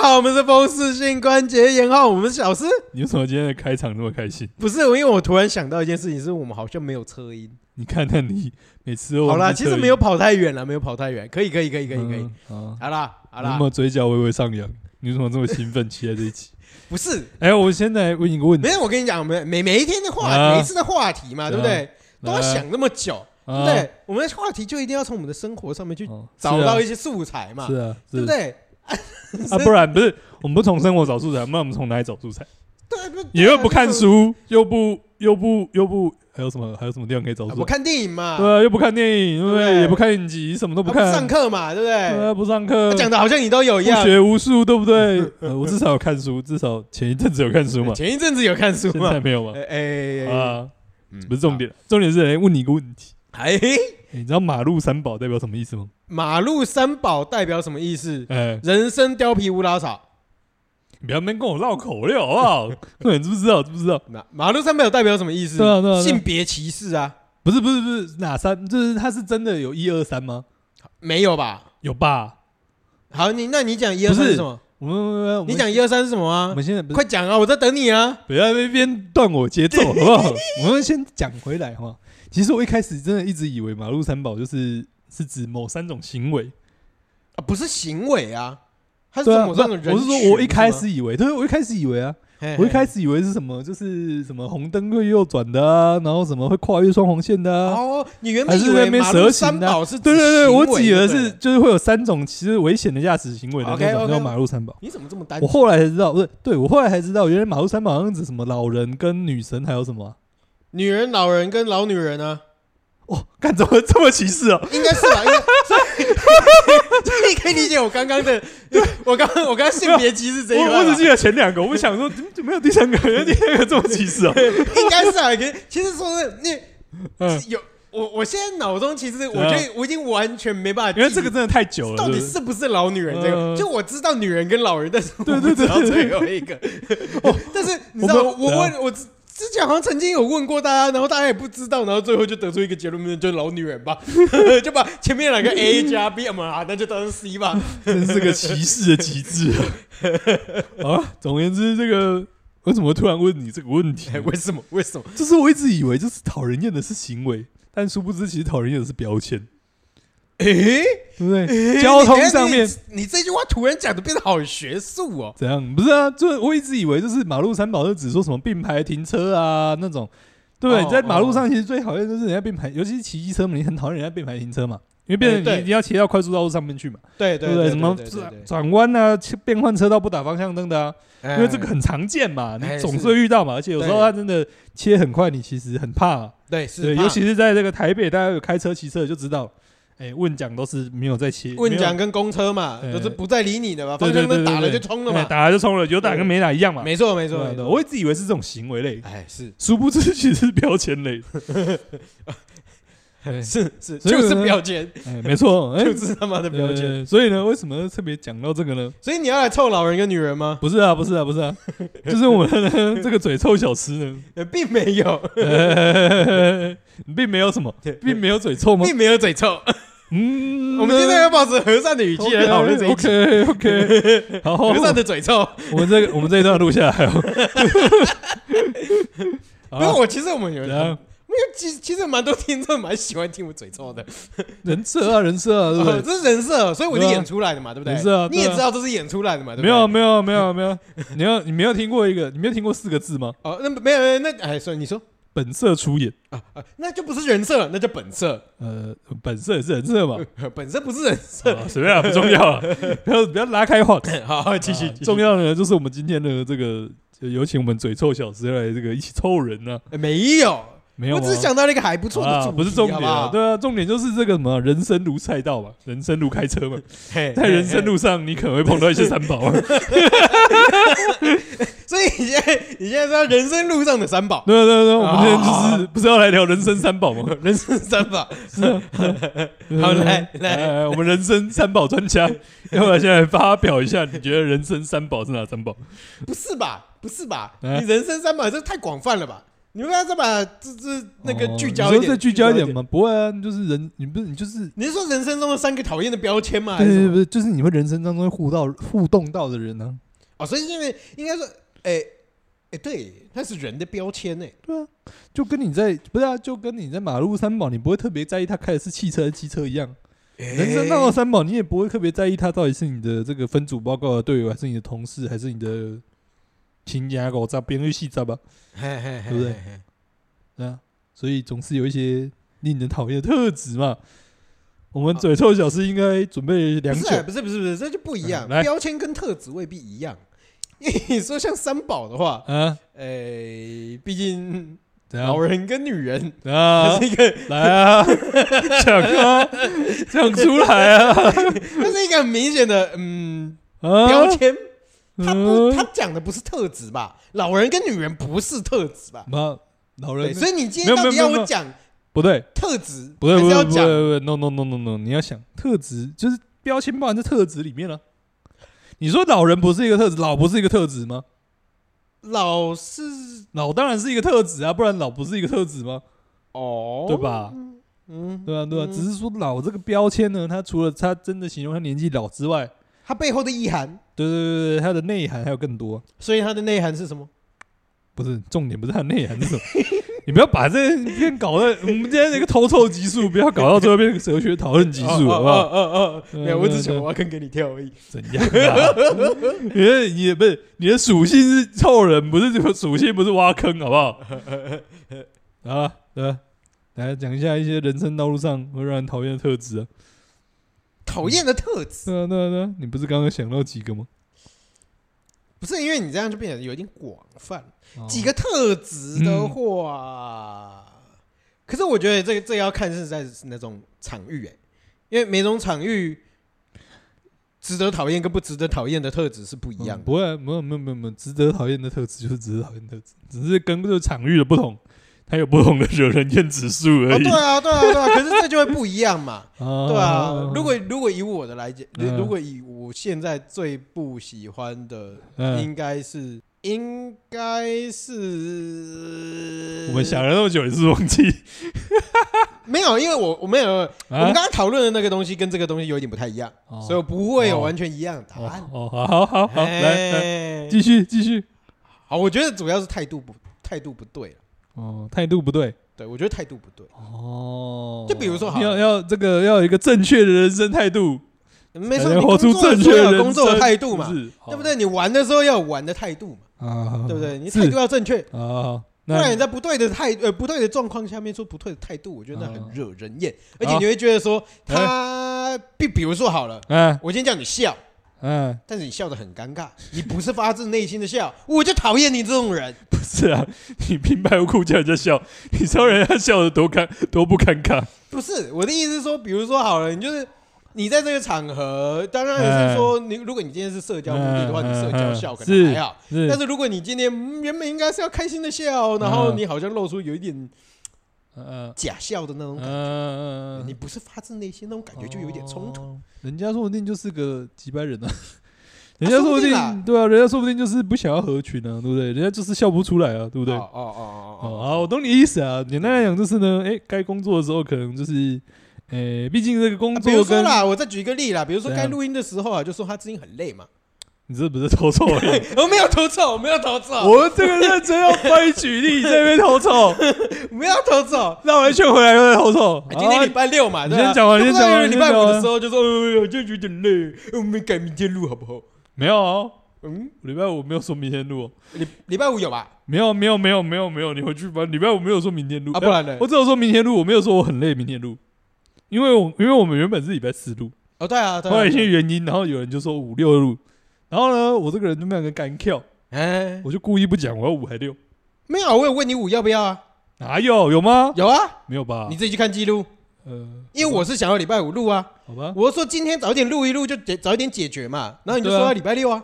哎我们是风湿性关节炎哈，我们是小诗。你为什么今天的开场那么开心？不是，因为我突然想到一件事情，是我们好像没有车音。你看看你每次都好忘啦，记其实特意没有跑太远了，没有跑太远，可以，可以，可以，可以，可以。嗯啊，好啦，好那啦，么嘴角微微上扬，你为什么这么兴奋？期待这一期？不是，哎，我先来问你一个问题没，有，我跟你讲，我们每每一天的话，啊每一次的话题嘛，对不对？都要来想那么久，对不啊，对？我们的话题就一定要从我们的生活上面去哦找到是一些素材啊嘛是，啊，对不是对？啊，不然不是我们不从生活找素材，那我们从哪里找素材？ 对不对？你又不看就书，又不又不又不，还有什么还有什么地方可以找是，啊素不材？看电影嘛，对啊，又不看电影，对不对对？也不看影集，什么都啊，不不看，上课嘛，对不对对？啊，不上课他，讲的好像你都有不一样。学无术，对 不对？呃我至少有看书，至少前一阵子有看书嘛，前一阵子有看书 现嘛在？没有嘛？哎哎，哎啊，不是重，点，重点是来问你一个问题，嗯好哎，欸你知道马路三宝代表什么意思吗？马路三宝代表什么意思？哎，人参、貂皮、乌拉草。你不要边跟我绕口令好不 好？那你知不知道？知不知道？马马路三宝代表什么意思对？啊，对啊，对啊性别歧视啊？不是不是不是哪三？就是它是真的有一二三吗？没有吧？有吧？好，你那你讲一二不三是是什么？我们我们我们你讲一二三是什么我啊？们现在不是快讲啊！我在等你啊！不要在那边断我节奏，好不 好？我们先讲回来哈。其实我一开始真的一直以为马路三宝就是是指某三种行为，啊不是行为啊，它是对啊，某不种人是群。我是说我一开是吗，始以为，对，我一开始以为啊，嘿我一开嘿始以为是什么，就是什么红灯会右转的啊，然后什么会跨越双红线的啊。哦，你原还本是以在为那边马路蛇形三的啊宝是对指对对，行我为指的就对是了就是会有三种其实危险的驾驶行为的那种 OK，OK 啊叫马路三宝。你怎么这么单我纯？后来才知道，不是，对我后来才知道，原来马路三宝好像指什么老人跟女神，还有什么啊、女人、老人跟老女人啊，哦，干怎么这么歧视啊？应该是吧？应该， 所以你可以理解我刚刚的，我刚我刚刚性别歧视这一我块我只吧，记得前两个，我想说 怎么怎么没有第三个？原来第三个这么歧视 啊？应该是啊。可是其实说是那嗯，有我，我现在脑中其实我怎样觉得我已经完全没办法记因住，为这个真的太久了，到底对不对是不是老女人这个，嗯就我知道女人跟老人，但是我对不对知对道对最后一个哦。 但是你知道，我我们对啊问我之之前好像曾经有问过大家，然后大家也不知道，然后最后就得出一个结论，就是老女人吧， 就把前面两个 A 加 B 嘛，啊那就当成 C 吧。真是个歧视的极致 啊！好啊，总而言之，这个为什么突然问你这个问题啊哎，？为什么？为什么？就是我一直以为这是讨人厌的是行为，但殊不知其实讨人厌的是标签， 诶，对不对？诶交通 你等下上面你，你这句话突然讲的变得好学术哦。怎样？不是啊，就是我一直以为就是马路三宝是指说什么并排停车啊那种，对不对？哦你在马路上其实最讨厌就是人家并排，尤其是骑机车嘛，你很讨厌人家并排停车嘛，因为变哎成对哎你一定要切到快速道路上面去嘛，对对对不对，什么对对对转弯啊、切变换车道不打方向灯的啊，对因为这个很常见嘛，哎你总是会遇到嘛，而且有时候对它真的切很快，你其实很怕啊嘛。对是对，怕，尤其是在这个台北，大家有开车、骑车的就知道，哎，问讲都是没有在切，问没有讲跟公车嘛，呃就是不再理你的嘛，对方对向对灯对打了对就冲了哎嘛。打了就冲了，有打跟没打一样嘛。没错，没对错，啊没对啊错。我一直以为是这种行为类，哎，是殊不知其实是标签 类。哎是是，所以就是呢标签，哎，没错，哎就， 是他妈的标签。呃所以呢，为什么特别讲到这个呢？所以你要来凑老人跟女人吗？不是啊，不是啊，不是啊，就是我们呢这个嘴臭小吃呢， 呃并没有，呃并没有什么，并没有嘴臭吗？ 并没有嘴臭。嗯，我们现在要保持和善的语气来 讨论这一集。 OK OK，好，和善的嘴臭， 我们这个我们这一段录下 来哦。因好为啊我其实我们有怎人，样？没有其其实蛮多听众蛮喜欢听我嘴臭的，人设啊，人设啊， 对不哦对？这是人设，所以我就对啊演出来的嘛，对不对？人设啊你也对啊知道这是演出来的嘛，对不没对？有啊没有没有没有，你要你没有听过一个，你没有听过四个字吗？哦，那没有没有那哎，算你说本色出演，啊啊，那就不是人设，那叫本色，呃，本色也是人设嘛， 本色不是人设。啊随便啊，不重 要啊，不要不要拉开话题。 好，继续啊继续重要的呢，就是我们今天的这个，就有请我们嘴臭小师来这个一起凑人呢，呃没有，没有我吗？只是想到了一个还不错的主啊，题不是重点好不啊，好对啊，重点就是这个什么，人生如赛道嘛，人生如开 车嘛，嘿在人生，路上你可能会 碰到一些三宝啊，嘿所以你现在你现在是要人生路上的三宝， 对啊对啊对啊，我们今天就是不是要来聊人生三宝吗？人生三宝， 好对对对来来哎我们人生三宝专家，要不然现在发表一下，你觉得人生三宝是哪三宝？不是吧？不是吧？哎你人生三宝这太广泛了吧？你们要再把这这那个聚焦哦一你说点，再聚焦一点？嘛？不会啊，你就是人，你不是你就是。你是啊说人生中的三个讨厌的标签吗？还对是什对么对，就是你们人生当中会互到互动到的人呢、啊哦，所以是因为应该说，哎、哎、对，那是人的标签呢、对啊，就跟你在不是啊，就跟你在马路三宝，你不会特别在意他开的是汽车还是机车一样。人生那到了三宝，你也不会特别在意他到底是你的这个分组报告的队友，还是你的同事，还是你的亲家狗杂编剧系杂吧？对对不对？对啊，所以总是有一些令人讨厌的特质嘛。我们嘴臭小事应该准备啊不良久是，啊不是，不是，不是，这就不一样。嗯来标签跟特质未必一样。因为你说像三宝的话，啊，哎、毕竟怎样老人跟女人啊它？是一 个，来啊，讲啊， 讲出来啊！它是一个很明显的嗯标啊，签。他不，嗯他讲的不是特质吧？老人跟女人不是特质吧？妈，老对，人所以你今天到底要我讲不对，特质，不对，还不是对，要不对，讲不对，no no no no no，你要想特质，就是标签包含在特质里面了、你说老人不是一个特质，老不是一个特质吗？老是老当然是一个特质啊，不然老不是一个特质吗？哦，对？吧？嗯，对啊，对啊，嗯只是说老这个标签呢，它除了它真的形容他年纪老之外，它背后的意涵，对对对对，它的内涵还有更多。所以它的内涵是什么？不是重点，不是它的内涵是什么？你不要把这变搞得我们今天这个头臭级数，不要搞到最后变成哲学讨论级数，好不好？哦哦哦哦，嗯没有，我只想对我要跟给你跳而已。怎样、啊？因为你也不是你的属性是臭人，不是这个属性不是挖坑，好不 好？啊，对吧，来讲一下一些人生道路上会让人讨厌的特质啊。讨厌的特质，对啊，对啊，对啊，你不是刚刚想到几个吗？不是因为你这样就变得有点广泛。哦几个特质的话，可是我觉得这个这个要看是在哪种场域哎、因为每种场域值得讨厌跟不值得讨厌的特质是不一一样的。哦不会啊，没有，没有，没有，没有，值得讨厌的特质就是值得讨厌的特质，只是跟这个场域的不同，它有不同的惹人厌指数而哦，已对。啊，对啊，对啊， 可是这就会不一样嘛，对啊。如果如果以我的来讲，哦嗯如果以我现在最不喜欢的，嗯，应该是应该是我们想了那么久，你是不是忘记？没有，因为我我没有，我啊们刚刚讨论的那个东西跟这个东西有点不太一样。哦所以我不会有完全一样的答案哦。哦，好好好好，来来，哎 继续继续。好，我觉得主要是态度不态度不对了。哦，态度不对。对，我觉得态度不对。哦就比如说好要要这个要有一个正确的人生态度，没才错，能你活工出作正的时确候的有人工作的生态度嘛，是哦对不？对？你玩的时候要有玩的态度嘛，好啊，对不对？你是态度要正确，啊，不然那你在不对的态呃不对的状况下面说不对的态度，我觉得那很啊惹人厌，而且你会觉得说他，哎比比如说好了，嗯我今天叫你笑。嗯，但是你笑得很尴尬，你不是发自内心的笑，我就讨厌你这种人。 不是啊，你平白无故叫人家笑，你知道人家笑的多尴多不尴尬？不是我的意思是说，比如说好了，你就是你在这个场合，当然是说你，如果你今天是社交目的的话，嗯你社交笑可嗯能嗯还好。哎是但是如果你今天嗯原本应该是要开心的笑，然后你好像露出有一点嗯假笑的那种嗯感觉，嗯你不是发自内心那种感觉，就有点冲突。突。人家说不定就是个几百人啊，啊人家说说不不定定啦对啊，人家说不定就是不想要合群啊，对不对？人家就是笑不出来啊，对不对？哦哦哦哦，哦好，我懂你意思啊。简单来讲就是呢，哎、该工作的时候可能就是，诶、毕竟这个工啊比作如说跟、啦，我再举一个例啦，比如说怎该样录音的时候啊，就说他最近很累嘛。 你这不是偷臭而已我没有投错，我没有投错，我这个认真要帮你举例，你在那边 偷臭，我没有投错。绕完圈回来又在偷臭。哎今天礼啊拜六嘛，哦你对吧先讲完对不对你 先讲完礼拜你五先讲完的时候就说，呃，这有点累，哎我们改明天录好不好？没有啊，嗯，礼拜五没有说明天录，啊礼礼拜五有吧？没有，没有，没有，没有，没有，你回去吧。礼拜五没有说明天录啊，不然呢我？只有说明天录，我没有说我很累，明天录。因为我因为我们原本是礼拜四录，哦，对啊，对后来一些啊，原因，然后有人就说五六录，然后呢，我这个人就没有个干跳，哎，我就故意不讲我要五还六，没有，我有问你五要不要啊？哪有有吗？有啊，没有吧？你自己去看记录，呃，因为我是想要礼拜五录啊，好吧，我说今天早点录一录就解早一点解决嘛，然后你就对啊说要礼拜六啊，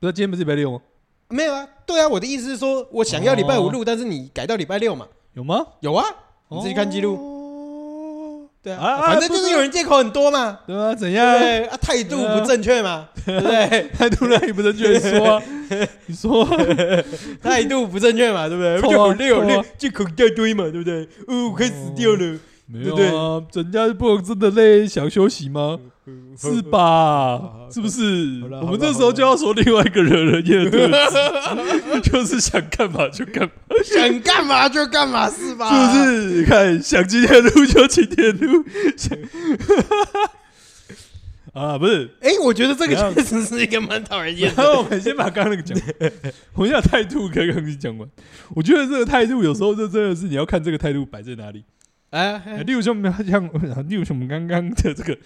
不是今天不是礼拜六吗？没有啊，对啊，我的意思是说我想要礼拜五录，但是你改到礼拜六嘛，有吗？有啊，你自己看记录，录。对啊，啊反正就是有人借口很多嘛，对啊，怎对不样？对啊，态度不正确嘛，对不 对？态度那也不正确，你说 啊，你说啊，态度不正确嘛，对不对？错啊就有六错啊六，借口一大堆嘛，对不对？哦，我快死掉了，没对有不对啊，人家不能真的累，想休 息吗？是吧好？是不是？好了我好们了这时候就要说另外一个惹人厌的特质，就是想干嘛就 干嘛，想干嘛就干嘛是吧？是不是？你看，想今天录就今天录，想 啊，不是。哎、我觉得这个怎样确实是一个蛮讨人厌 然后我的。们先把刚刚那个讲 完，我们先把态度跟刚刚讲完。我觉得这个态度有时候就真的是你要看这个态度摆在哪里。 哎、呃哎例如像我们像，例如像我们刚刚的这个，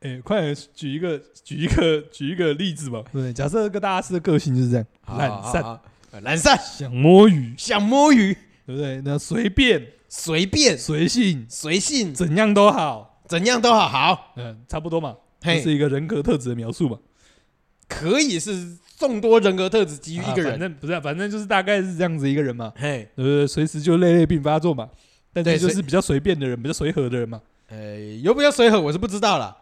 哎、快点举一个举一个举一个例子吧。啊对，假设个大家是的个性就是这样，懒散、哎好，好懒散，想摸鱼，想摸鱼，对不对？那随便、随便随性，随性，怎样都好，怎样都好，好，嗯、差不多嘛，这嘿，是一个人格特质的描述嘛。可以是众多人格特质基于一个啊反人，正不是、啊，反正就是大概是这样子一个人嘛，嘿，对不对？随时就类类并发作嘛。但对是就所是比较随便的人，比较随和的人嘛，呃，有没有随和我是不知道啦，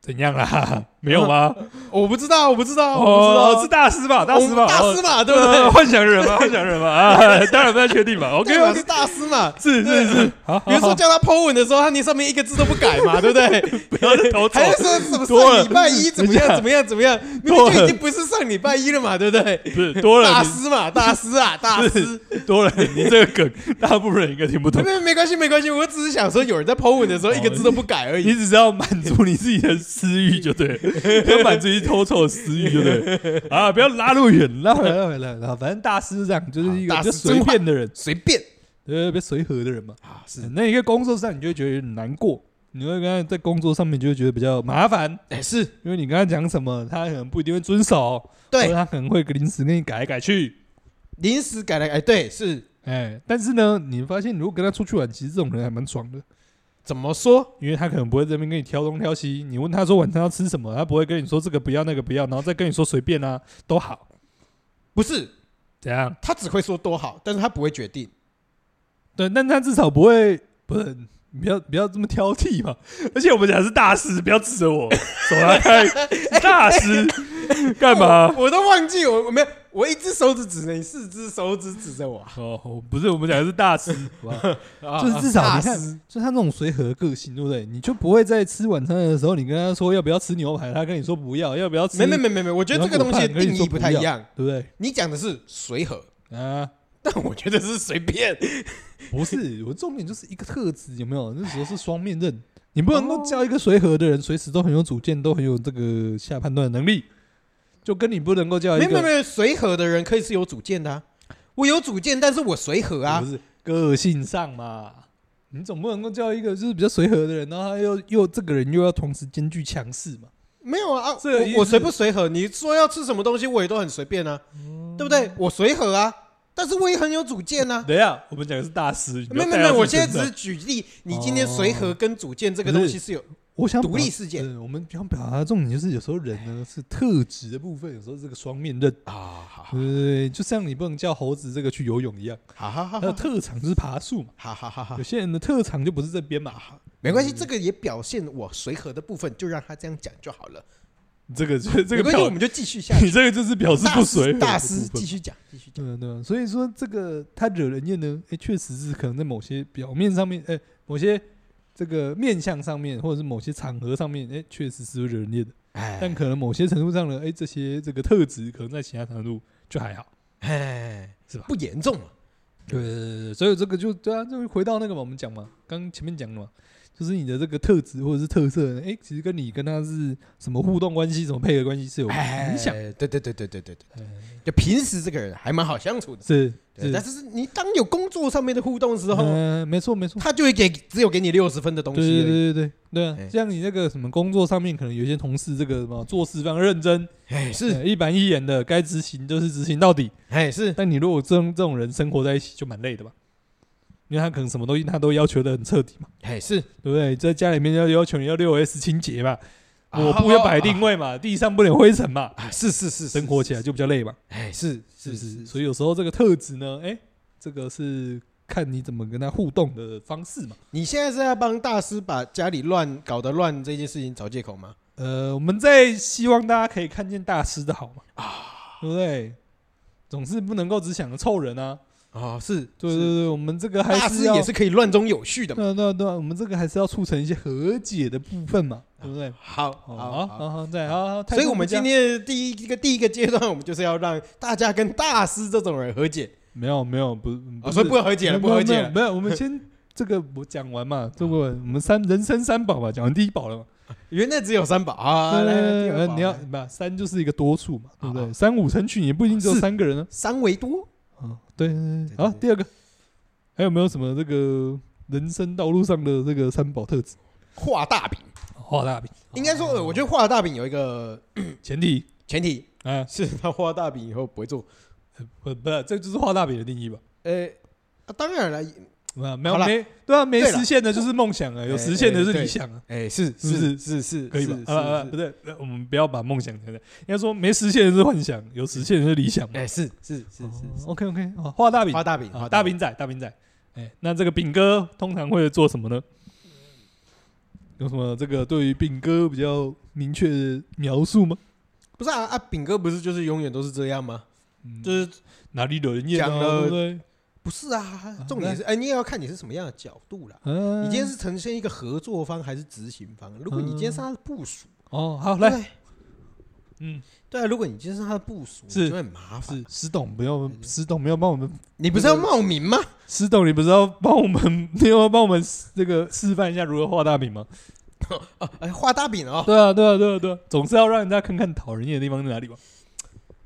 怎样啦？没有吗？我不知道，我不知道，我 哦，不是知道，大师吧？大师吧？我大师嘛，对不呃对？ 幻想人嘛，幻想人嘛 啊！当然不太确定嘛。OK 对吧 OK，是大师 嘛，是对是是，啊好，比如好说叫他 Po 文的时候，他连上面一个字都不改嘛，对不对？ 不要再逃走还，是说什么多了上礼拜一怎么样等怎么样怎么样？明多明就了已经不是上礼拜一了嘛，对不对？不是多了大你师嘛，大师啊，大师。多了，你这个梗大部分人应该听不没懂。没没关系没关系，我只是想说有人在 Po 文的时候一个字都不改而 你已。只是要满足你自己的私欲就 对了，要满足你偷臭的私欲就 对了啊！不要拉路远， 拉回来，拉回来，拉回来反正大师是这样，就是一个好比大较师随便的人，随便呃，比较随和的人嘛。啊，嗯那一个工作上你就会觉得有点难过，你会跟他在工作上面就会觉得比较麻烦，哎是因为你跟他讲什么，他可能不一定会遵守。或者对，他可能会临时跟你改来改去。临时改来哎对是哎，但是呢，你发现如果跟他出去玩，其实这种人还蛮爽的，怎么说？因为他可能不会在那边跟你挑东挑西。你问他说晚上要吃什么，他不会跟你说这个不要那个不要，然后再跟你说随便啊都好。不是怎样？他只会说多好，但是他不会决定。对，但他至少不会不是。你不要不要这么挑剔嘛！而且我们讲的是大师，不要指着我手来 开。大师干嘛？我都忘记我我没有，我一只手指指着你，四只手指指着我啊哦，不是，我们讲的是 大师，好不好啊就是至少你大看师，就他那种随和的个性，对不对？你就不会在吃晚餐的时候，你跟他说要不要吃牛排，他跟你说不要，要不要吃，没没没没没，我觉得这个东西的定义不太一样。对不对？你讲的是随和，啊，但我觉得是随 便。不是，我重点就是一个特质，有没有？那时候是双面刃，你不能够叫一个随和的人，随时都很有主见，都很有这个下判断的能力，就跟你不能够叫一没个有没有没有，随和的人可以是有主见的、啊。我有主见，但是我随和啊不。是个性上嘛。你总不能够叫一个就是比较随和的人，然后他又又这个人又要同时兼具强势嘛？没有啊，啊这个意思我我随不随和？你说要吃什么东西，我也都很随便啊，嗯对不对？我随和啊，但是我也很有主见啊。等一下，我们讲的是大师，你不没要有带没到有，自己我现在身只上是举例，你今天随哦和跟主见这个东西是有我想独表立事件嗯我们想表达的重点就是，有时候人呢是特质的部分，有时候是个双面刃。啊，好 对对对，就像你不能叫猴子这个去游泳一样，好好 好它的特长就是爬树嘛。好好好好有，些人的特长就不是这边嘛，没关系，这个也表现我随和的部分，就让他这样讲就好了。这个这没这个关系，我表们就继续下去。你这个就是 表示不随和大的部师分继续讲，继续讲。对啊对啊，所以说这个他惹人厌呢，哎，确实是可能在某些表面上面，哎，某些这个面相上面，或者是某些场合上面，哎，确实是会惹人厌的。哎但可能某些程度上呢，哎，这些这个特质可能在其他程度就还好。哎，是吧不严重嘛？对对对对，所以这个就对啊，就回到那个嘛，我们讲嘛，刚前面讲的嘛，就是你的这个特质或者是特色，哎，其实跟你跟他是什么互动关系、什么配合关系是有哎， 影响。对对对对对对对，哎就平时这个人还蛮好相处的，是对是，但是你当有工作上面的互动的时候，嗯，没错没错，他就会给只有给你六十分的东对西而对已。对对对对啊哎，像你那个什么工作上面，可能有些同事这个什么做事非常认真，哎，是呃一板一眼的，该执行就是执行到底。哎是但你如果这种这种人生活在一起，就蛮累的吧，因为他可能什么东西他都要求的很彻底嘛，哎是，对不对？在家里面要要求你要六 S 清洁嘛。我啊布要摆定位嘛，地上不能有灰尘嘛，啊，是是是，是生活起来就比较累嘛，哎是是是不是是？，所以有时候这个特质呢，哎，这个是看你怎么跟他互动的方式嘛。你现在是在帮大师把家里乱搞得乱这件事情找借口吗？呃，我们在希望大家可以看见大师的好嘛，啊，对不对？总是不能够只想着凑人啊，啊，是对对是对，我们这个还大是师要也是可以乱中有序的嘛。对啊对啊对啊，我们这个还是要促成一些和解的部分嘛，对不对？啊哦好，好好，好。好好，再好好，所以，我们态今度不一样天的第一个第一个阶段，我们就是要让大家跟大师这种人和解没有没有不是啊，不所哦是以不和解了，没不有和解没有了。没有，我们先这个我讲 完嘛，这个我们三人生三宝嘛，讲完第一宝了嘛，原来只有三宝啊，来来第对二呃宝你要来不三就是一个多数嘛，对不好对？三五成群也不一定只有是三个人啊，三维多啊，对对对对，好，对第二个还有没有什么这个人生道路上的这个三宝特质？画大哦饼，画大饼，应该说，呃我觉得画大饼有一个前提前提啊，是他画大饼以后不会做。不不，这就是画大饼的定义吧？呃，啊当然了，啊，没有好啦没对啊，没对啦实现的就是梦想啊，有哎实现的是哎对理想啊，哎，是是不是是是，可以吧是？啊啊，啊是不对，呃我们不要把梦想讲的，应该说没实现的是幻想，有实现的是理想嘛。哎，是是是是是， OK OK，哦，画大饼画大饼，啊，画大饼仔，大饼仔。哎，那这个饼哥通常会做什么呢？有什么这个对于饼哥比较明确的描述吗？不是啊啊，饼哥不是就是永远都是这样吗？嗯就是哪里惹人厌啊？讲了对不对？不是啊？重点是，哎，你也要看你是什么样的角度啦。嗯，你今天是呈现一个合作方还是执行方？如果你今天是他的部署，哦，好对不嗯来，对嗯，对啊，如果你今天是他的部署，是你就很麻烦是。石董没有啊哎对对石董没有帮我们你不是要冒名吗？石董，你不是要帮我们， 你要帮我们这个示范一下如何画大饼吗？哦，哎，画大饼哦。对啊，对啊，对啊，对啊，总是要让人家看看讨人厌的地方在哪里吧？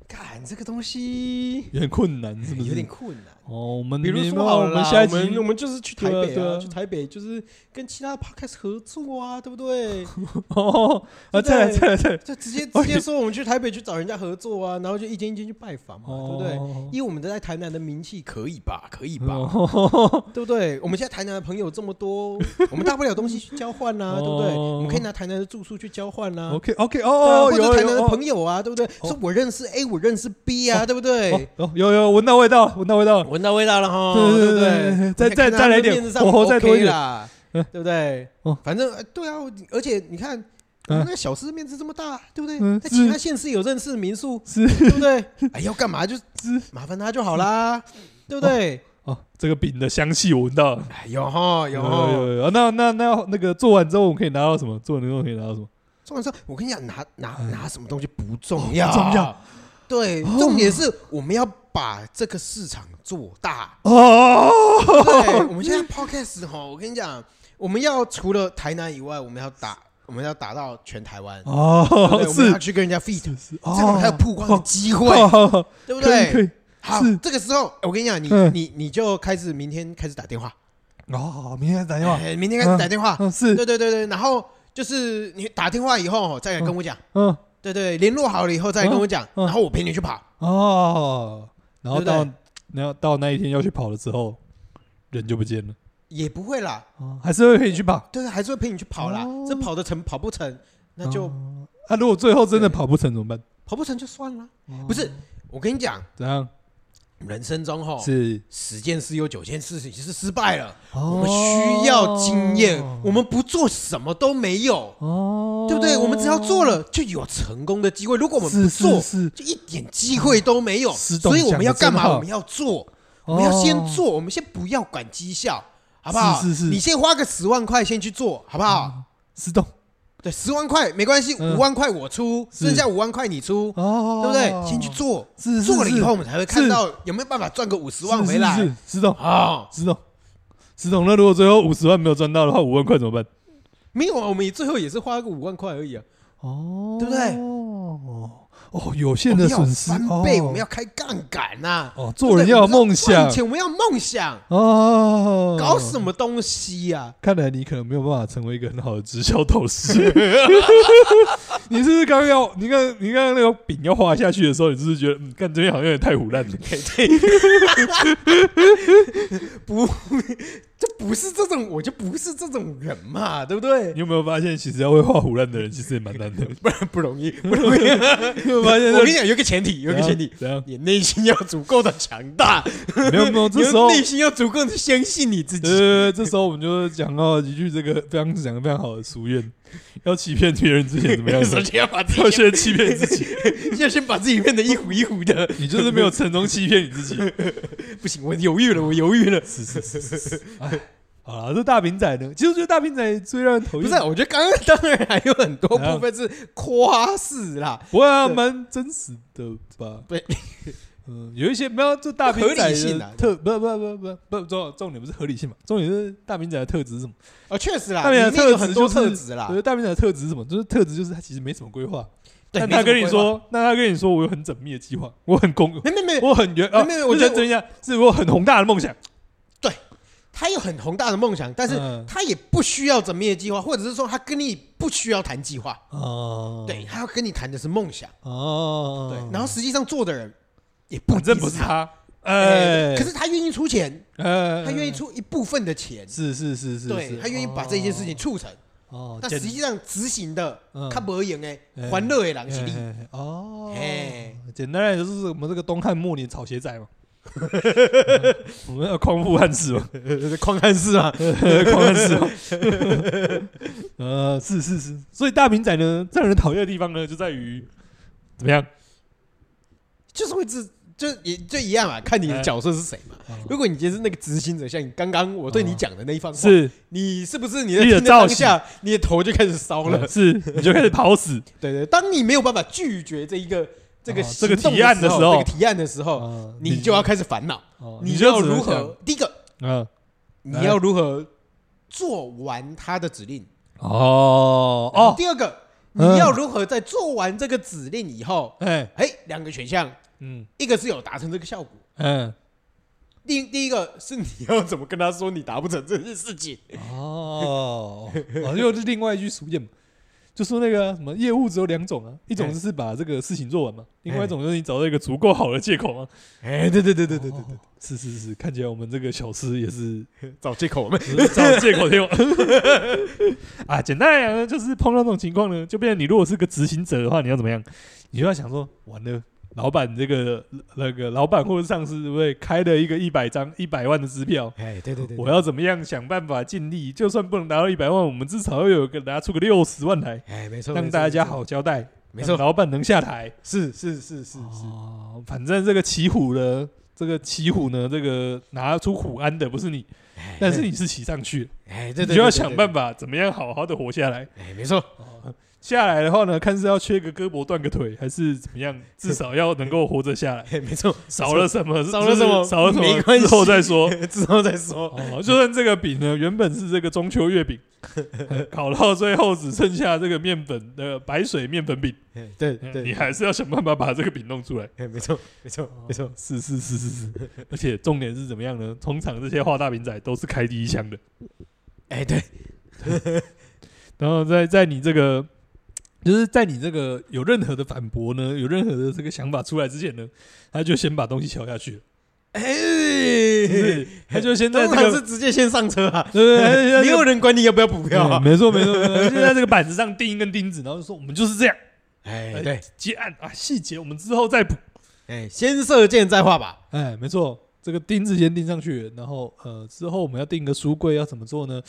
看这个东西哎有点困难，是不是？有点困难。哦，我们比如没办说法好我了啦，们下一我们我集们就是去台北对啊对啊，啊去台北就是跟其他 podcast 合作啊，对不 对？哦对不对啊，再来，再来，再来，就直接直接说我们去台北去找人家合作啊，然后就一间一间去拜访嘛，对哦，不对？以我们的在台南的名气，可以吧？可以吧？哦？对不对？我们现在台南的朋友这么 多，我们大不了东西去交换呐、啊，对不对？哦我们可以拿台南的住宿去交换呐、啊。 OK，OK，对啊哦哦，或者有台南的有朋友啊，对不对？哦说我认识 A，我认识 B 啊，对不哦对？哦，有有闻到味道了，闻到味道了，闻到味道了哈， 对不对对对对？再你看再他再来们一点面子上火候再多一 OK 点啦，嗯对不对哦？反正呃对啊，我而且你看，嗯那小吃面子这么大，对不对？嗯在其是他县市有认识的民宿， 是对不对？哎，要干 嘛就是麻烦他就好啦，对不对？哦，这个饼的香气我闻到了，哎，有哈有有哈。有有，那那那那个做完之后我们可以拿到什么？做完之后可以拿到什么？重点是，我跟你讲，拿拿哎拿什么东西不重要，哦不重要。哦对，重点是我们要把这个市场做大。哦，对，我们现在 podcast 哈，我跟你讲，我们要除了台南以外，我们要打，我们要打到全台湾，对不哦对，我们要是去跟人家 feed，是是，这样我们才有曝光的机会，哦，对不可以可对？以，好是，这个时候我跟你讲，你嗯你你就开始明天开始打电话，哦，明天打电话，哎明天开始打电话，嗯对是，对对对，然后就是你打电话以后再来跟我讲，嗯对对，联络好了以后再来跟我讲，嗯嗯然后我陪你去跑，哦，然后对不到对然后到那一天要去跑了之后，人就不见了，也不会啦，哦，还是会陪你去跑。对，还是会陪你去跑啦哦，这跑得成跑不成，那就哦啊，如果最后真的对跑不成怎么办？跑不成就算了，哦不是，我跟你讲。怎样？人生中哈，是哦十件事有九件事情是失败了，我我们需要经验，我们不做什么都没有，哦，对不对？我们只要做了就有成功的机会，如果我们是不是做，是，就一点机会都没有。石董所以我们要干讲得真嘛？好我们要做，我们要哦先做，我们先不要管绩效，好不好？是是是你先花个十万块先去做，好不好？石洞对，十万块没关系，嗯五万块我出，是剩下五万块你出，哦对不对？先去做，是是做了以是后我们才会看是到有没有办法赚个五十是万回是来。是石洞啊，石董，石董，那如果最后五十万没有赚到的话，五万块怎么办？没有啊，我们也最后也是花个五万块而已啊，哦对不对哦，有我限们的要损失，翻倍，哦我们要开杠杆呐，哦，做人要有梦想对不对我们要赚钱我们要有梦想，哦。搞什？么东西啊呀？看来你可能没有办法成为一个很好的直销导师。 你是不是刚刚要？你刚你刚刚那个饼要画下去的时候，你是不是觉得嗯，干这边好像有点太胡乱了？不，这不是这种，我就不是这种人嘛，对不对？ 你有没有发现，其实要会画胡乱的人，其实也蛮难的。不然不容易， 不容易。你有没有发现？ 嗯我跟你讲，有一个前提，有一个前提，怎样？你内心要足够的强大，怎样没 有没有，你哦这时要候内心要足够的相信你自己。 呃，这时候我们就讲到一句这个非常讲的非常好的俗谚：要欺骗别人之前怎么样？首先要把自己 要先欺骗自己，要先把自己变得一糊一糊的。 你就是没有成功欺骗你自己。不行，我犹豫了，我犹豫了。是是是是是，哎，好了，这大饼仔呢？其实我觉得大饼仔最让人讨不厌，是啊，我觉得刚刚当然还有很多部分是 夸饰啦，不会啊，对蛮真实的吧？对， 嗯，有一些没有，这大饼合仔理性啊的特不不不不不重重点不是合理性嘛，重点是大饼仔的特质是什么？哦，确实啦，大里饼面仔的啊特有质很多就是呃特质啦我觉。得大饼仔的特质是什么？就是特质就是他其实没什么规划，对，但没什他么跟你规划，说，那他跟你说我有很缜密的计划，我很 公，没没没，我很圆啊，没有没有我不觉是得等一下，是我很宏大的梦想，他有很宏大的梦想，但是嗯他也不需要缜密的计划，或者是说他跟你不需要谈计划，哦对他要跟你谈的是梦想。哦，对，然后实际上做的人也不反正一定不是他，哎啊哎，，可是他愿意出钱，呃，他愿意出一部分的钱，是是是是，对是他愿意把这件事情促成。哦，但简实际上执行的嗯，他不赢哎，哎欢乐的人是你。哎哦嘿，简单来讲就是我们这个东汉末年草鞋仔嘛， 我们要匡复汉 室嘛，狂汉室 啊，匡汉室嘛， 呃，是是是，所以大明仔呢，最让人讨厌的地方呢，就在于怎么样？就是会自就也就一样啊，看你的角色是谁嘛。嗯如果你今天是那个执行者，像你刚刚我对你讲的那一番话，是你是不是你在你的听的当造型下，你的头就开始烧了？呃是，你就开始跑死， 对对，当你没有办法拒绝这一个这个哦这个行动提案的时时候这个提案的时候， 哦你就要开始烦恼，哦你就要只能如想何？第一个，嗯，你要如何做完他的指令？哦然后哦，第二个，你嗯要如何在做完这个指令以后，哎，哎，两个选项，嗯一个是有达成这个效果。嗯，第第一个是你要怎么跟他说你达不成这件事情？哦，哦，又是另外一句俗谚嘛，就说那个啊什么业务只有两种啊，一种就是把这个事情做完嘛，另外一种就是你找到一个足够好的借口嘛。哎，对对对对对哦， 是是是，看起来我们这个小吃也是对，找借口我们只 是找借口听。 啊，简单来讲呢，就是碰到这种情况呢，就变成你如果是个执行者的话，你要怎么样？你就要想说，完了。老板这个那个老板或者上司，对不对？开了一个一百张一百万的支票，哎，对对对，我要怎么样想办法尽力，就算不能拿到一百万，我们至少要有个拿出个六十万来，哎，没错，让大家好交代，没错让老板能下台。是是是是是，哦，反正这个骑虎呢，这个骑虎呢，这个拿出虎鞍的不是你，但是你是骑上去，哎，你对对，就要想办法，法怎么样好好的活下来。哎，没错，哦下来的话呢，看是要缺个胳膊断个腿，还是怎么样，至少要能够活着下来。哎，没错，少了什么？少了什么少了什么？没关系之后再说。 之后再说，哦，就算这个饼呢，原本是这个中秋月 饼，烤到最后只剩下这个面粉的、呃白水面粉饼，哎对嗯你对，还是要想办法把这个饼弄出来。哎，没错没错没错，是是是是是，而且重点是怎么样呢？通常这些画大饼仔都是开第一枪的，哎，对，然后在在你这个。就是在你这个有任何的反驳呢，有任何的这个想法出来之前呢，他就先把东西敲下去了，就是哎，他就先在通这常个是直接先上车啊，对对对，他就没有人管 你要不要补票对啊，没错没错，没错，就在这个板子上钉一根钉子，然后就说我们就是这样，哎，对，结案啊，细节我们之后再补。哎，先射箭再画靶，哎，没错，这个钉子先钉上去，然后呃，之后我们要定个书柜要怎么做呢？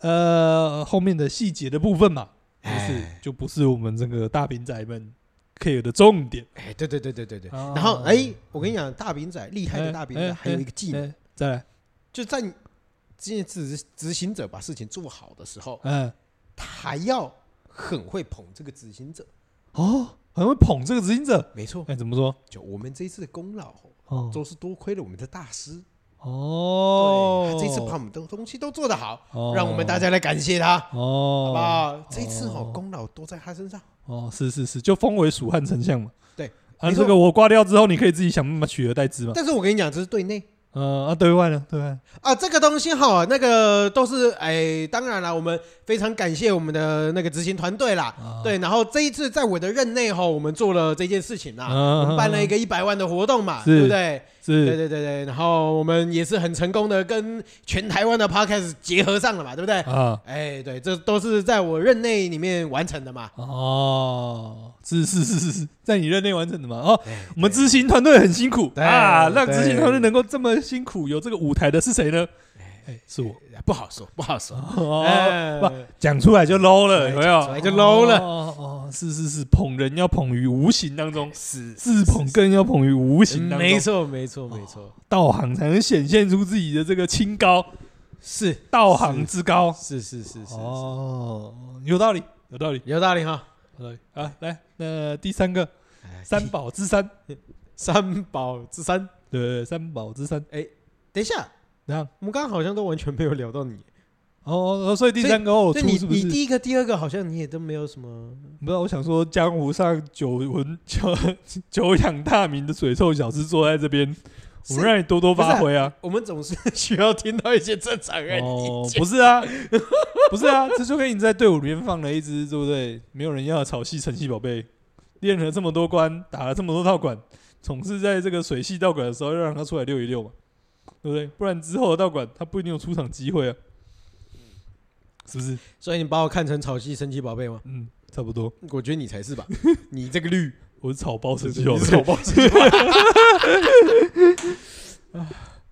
呃，后面的细节的部分嘛，就是哎就不是我们这个大饼仔们 care 的重点。哎，对对对对对对，哦然后哎，我跟你讲，大饼仔厉害的大饼哎仔哎还有一个技能。哎再来，就在你这执执行者把事情做好的时候，嗯，他还要很会捧这个执行者。哦，很会捧这个执行者。没错，哎，怎么说？就我们这一次的功劳哦，哦都是多亏了我们的大师哦，对他这次把我们的东西都做得好，哦让我们大家来感谢他，好哦，不好？这一次哦哦，功劳都在他身上。哦，是是是，就封为蜀汉丞相嘛。对，啊，没这错个我挂掉之后，你可以自己想办法取而代之嘛。但是我跟你讲，这是对内，呃啊，对外呢，对外，啊，这个东西哈，那个都是哎，当然了，我们非常感谢我们的那个执行团队啦。啊，对，然后这一次在我的任内哈，我们做了这件事情啦，嗯啊我们办了一个一百万的活动嘛，是对不对？对是，对对对，然后我们也是很成功的跟全台湾的 podcast 结合上了嘛，对不对？啊，哎，对，这都是在我任内里面完成的嘛。哦，是是是是是，在你任内完成的嘛？哦，哎我们执行团队很辛苦对啊，让对执行团队能够这么辛苦，有这个舞台的是谁呢？哎，是我。对不好说，不好说。哦，哎不讲出来就 low 了，哎有没有？讲出来就 low 了哦哦，哦是是是，捧人要捧于无形当中，是自捧更要捧于无形当中，哦没错，没错，没错，道行才能显现出自己的这个清高，是道行之高。是是是是，哦，有道理，有道理，有道理哈。有道理。啊，来，那第三个哎三宝之山，三宝之三，对，三宝之山，等一下，怎样？我们刚刚好像都完全没有聊到你，哦哦，哦所以第三个我对出你是不你是？第一个、第二个好像你也都没有什么，不知道，我想说，江湖上久闻久久仰大名的水臭小吃坐在这边，我们是让你多多不是啊发挥啊！我们总是需要听到一些正常人哦意，见。不是啊，不是啊，这就跟你在队伍里面放了一只，对不对？没有人要的草系神奇宝贝，练了这么多关，打了这么多道馆，总是在这个水系道馆的时候要让它出来溜一溜嘛，对不对？不然之后的道馆它不一定有出场机会啊，是不是？所以你把我看成草系神奇宝贝吗？嗯，差不多，我觉得你才 是吧，你这个绿，我是 草包神奇对宝对你贝是，草包神奇宝贝，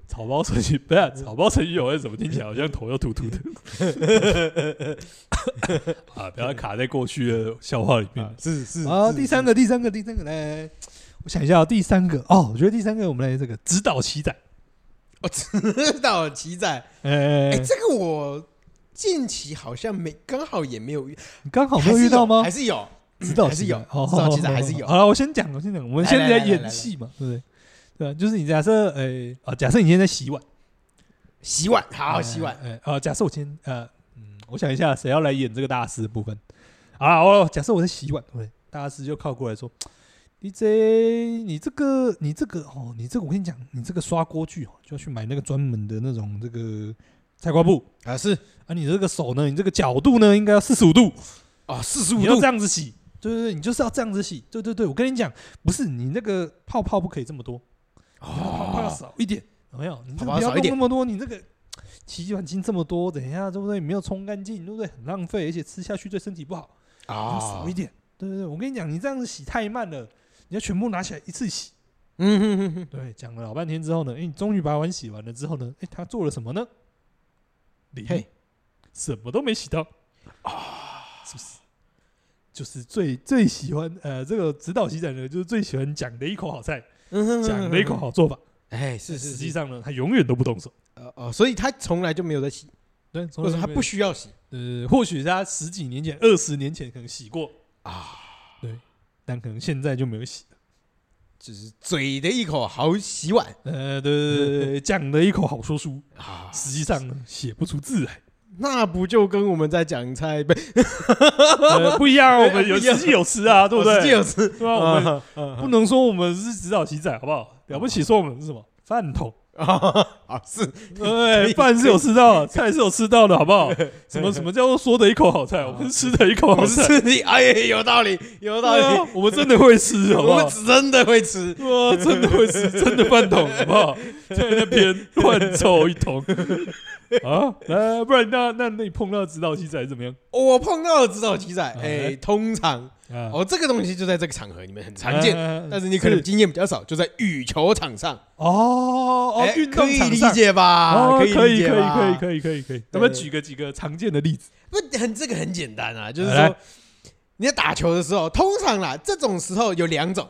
草包神奇不是啊草包神奇宝贝，怎么听起来好像头要秃秃的 啊？不要卡在过去的笑话里面啊。是是啊，是 第三个，第三个，第三个，来，我想一下、哦，第三个哦，我觉得第三个我们来这个指导七仔，我知道奇仔，哎、哎，这个我近期好像没，刚好也没有遇，你刚好没还有是遇到吗还？是有，指导还是七仔有哦指导七仔还是有好了，我先讲，我先讲，我们来现来来在来来演来戏嘛，对不对？对啊，就是你假设，哎、啊，假设你现在在洗碗，洗碗，好洗碗，哎、啊，假设我今天，呃，嗯，我想一下，谁要来演这个大师的部分？啊，哦，假设我在洗碗，对不对，大师就靠过来说，DJ，你这个，你这个，哦，你这个，我跟你讲，你这个刷锅具哦，就要去买那个专门的那种这个菜瓜布啊是啊，你这个手呢，你这个角度呢，应该要四十五度，哦四十五你要度这，样子洗，对对对，你就是要这样子洗，对对对，我跟你讲，不是你那个泡泡不可以这么多，泡泡要 哦少一点，有没有？你这泡个泡不要少一弄点那么多，你这个洗碗巾这么多，等一下对不对？没有冲干净，对不对？很浪费，而且吃下去对身体不好，要啊少一点。对对对，我跟你讲，你这样子洗太慢了，你要全部拿起来一次洗。嗯哼哼哼，对，讲了老半天之后呢，哎，你终于把碗洗完了之后呢，哎，他做了什么呢？零嘿，什么都没洗到啊，是不是？就是最最喜欢呃，这个指导洗展呢，就是最喜欢讲的一口好菜，嗯哼哼讲的一 口，好做法，哎是是实际是，上呢，他永远都不动手。呃哦，所以他从来就没有在洗，对，或者说他不需要洗呃，或许他十几年前、二十年前可能洗过，啊，但可能现在就没有洗了。就是嘴的一口好洗碗呃，对对对对，讲的一口好说书，啊，实际上呢写不出字来，那不就跟我们在讲菜不 呃，不一样啊。我哎们有不 一样实际有啊吃啊，对不对？哦实际有吃， 对吧？我们不不能说我们是指导棋仔，好不好？了不起，说我们是什么饭 桶？啊哦是对，哎饭是有吃到的，菜是有吃到的，好不好？什 么什么叫做说的一口好菜？我们是吃的一口我好们菜，吃的，哎有道理有道对啊理， 我们真的会吃，好不我好们？真的会吃，哇，真的会 死，真的饭桶，好不好？在那边乱凑 一通啊！来，不然那那那你碰到指导记者怎么样我碰到了指导鸡仔，哎哎，通常啊？哦，这个东西就在这个场合里面很常见，啊但是你可能经验比较少，就在羽球场上，哦哦哎，运动可场以理上解吧？哦，以可理解可以，吧可以，可以，可以，可以。咱们举个几个常见的例子。不很这个很简单啊，就是来说你在打球的时候，通常啦，这种时候有两种，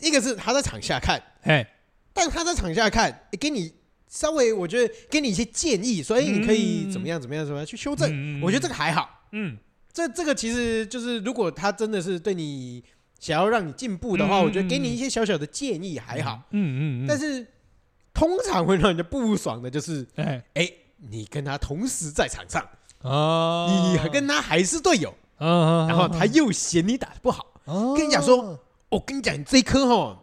一个是他在场下看，哎，但他在场下看，诶给你稍微我觉得给你一些建议，所以你可以嗯怎么样怎么样怎么样去修正。嗯我觉得这个还好，嗯，这这个其实就是如果他真的是对你想要让你进步的话，嗯我觉得给你一些小小的建议还好，嗯嗯嗯，但是通常会让人家不爽的就是，哎哎，你跟他同时在场上，啊，你跟他还是队友。啊，哦然后他又嫌你打的不好，跟跟你讲说，我跟你讲，你这一颗哈，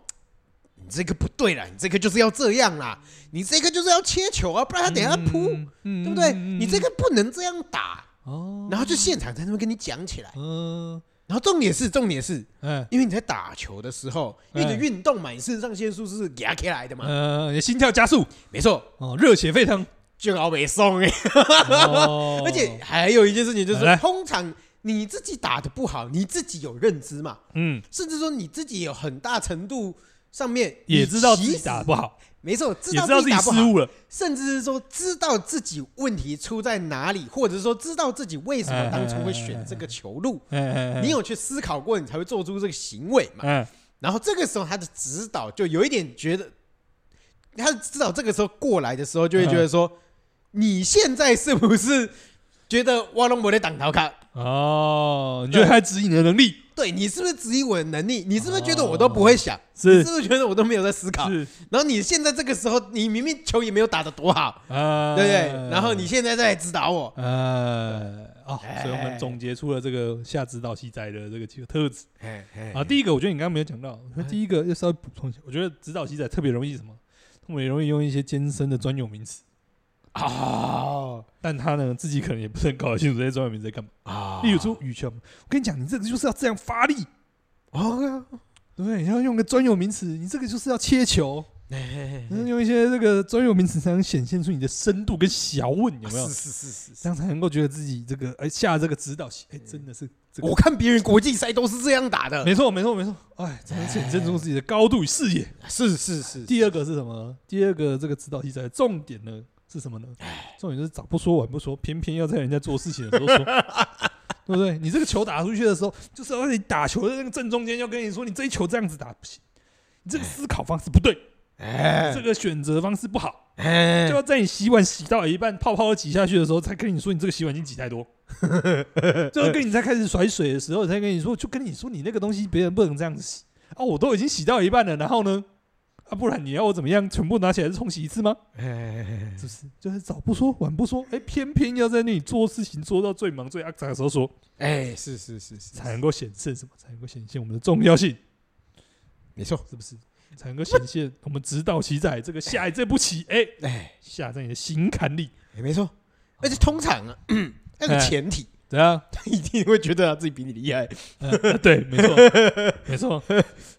你这个不对啦，你这个就是要这样啦，你这个就是要切球啊，不然他等一下扑，嗯对不对？你这个不能这样打，哦，然后就现场在那边跟你讲起来。嗯，然后重点是，重点是哎，因为你在打球的时候，因为你的哎运动嘛，你肾上腺素是压起来的嘛，呃，你的心跳加速，没错，哦，热血沸腾，就搞没送哎。哦而且还有一件事情就来是，通常你自己打的不好，你自己有认知嘛，嗯，甚至说你自己有很大程度上面也你知道自其己实打得不好，没错，知也道知道自自己己打不失好，误了，甚至是说知道自己问题出在哪里，或者说知道自己为什么当初会选这个球路，哎哎，哎你，有去思考过，你才会做出这个行为嘛。嗯，然后这个时候他的指导就有一点觉得，他的指导这个时候过来的时候，就会哎觉得说，你现在是不是觉得瓦隆博的挡逃卡？哦，你觉得他指引你的能力对你是不是质疑我的能力？你是不是觉得我都不会想？你是哦是不是觉得我都没有在思考？是然后你现在这个时候，你明明球也没有打得多好，啊，对不对？然后你现在在指导我，呃，哦，哎所以我们总结出了这个下指导西仔的这个几个特质哎哎啊。第一个，我觉得你刚刚没有讲到，我觉得第一个要稍微补充一下，我觉得指导西仔特别容易什么，特别容易用一些艰深的专有名词，哦但他呢自己可能也不是很搞得清楚这些专有名词在干嘛。啊例如说羽球，我跟你讲，你这个就是要这样发力，哦，对不对？你要用个专有名词，你这个就是要切球，哎哎哎嗯用一些这个专有名词才能显现出你的深度跟小问，有没有是？是是是这是，样才能够觉得自己这个哎下这个指导棋，哎真的是这个我看别人国际赛都是这样打的，没错，没错，没哎错。哎，才能显现出自己的高度与视野。是是是，第二个是什么呢？第二个这个指导题材的重点呢是什么呢？重点就是早不说晚不说，偏偏要在人家做事情的时候 说，对不对？你这个球打出去的时候，就是要你打球的那个正中间，要跟你说你这一球这样子打不行，你这个思考方式不对，哎这个选择方式不好，哎就要在你洗碗洗到一半，泡泡都挤下去的时候，才跟你说你这个洗碗巾挤 太多，就要跟你在开始甩水的时候，才跟你说，就跟你说你那个东西别人不能这样子洗啊，我都已经洗到一半了，然后呢，啊，不然你要我怎么样，全部拿起来冲洗一次吗？哎是不是？就是早不说晚不说，哎，偏偏要在那里做事情做到最忙最肮脏的时候说，哎，是是是是，才能够显现什么？才能够显现我们的重要性，没错，是不是？才能够显现我们指导棋仔这个下这步棋，哎，哎，下在你的心坎里，没错，而且通常 啊，那个前提， 怎样？他一定会觉得他自己比你厉害，嗯， 对，没错，没错。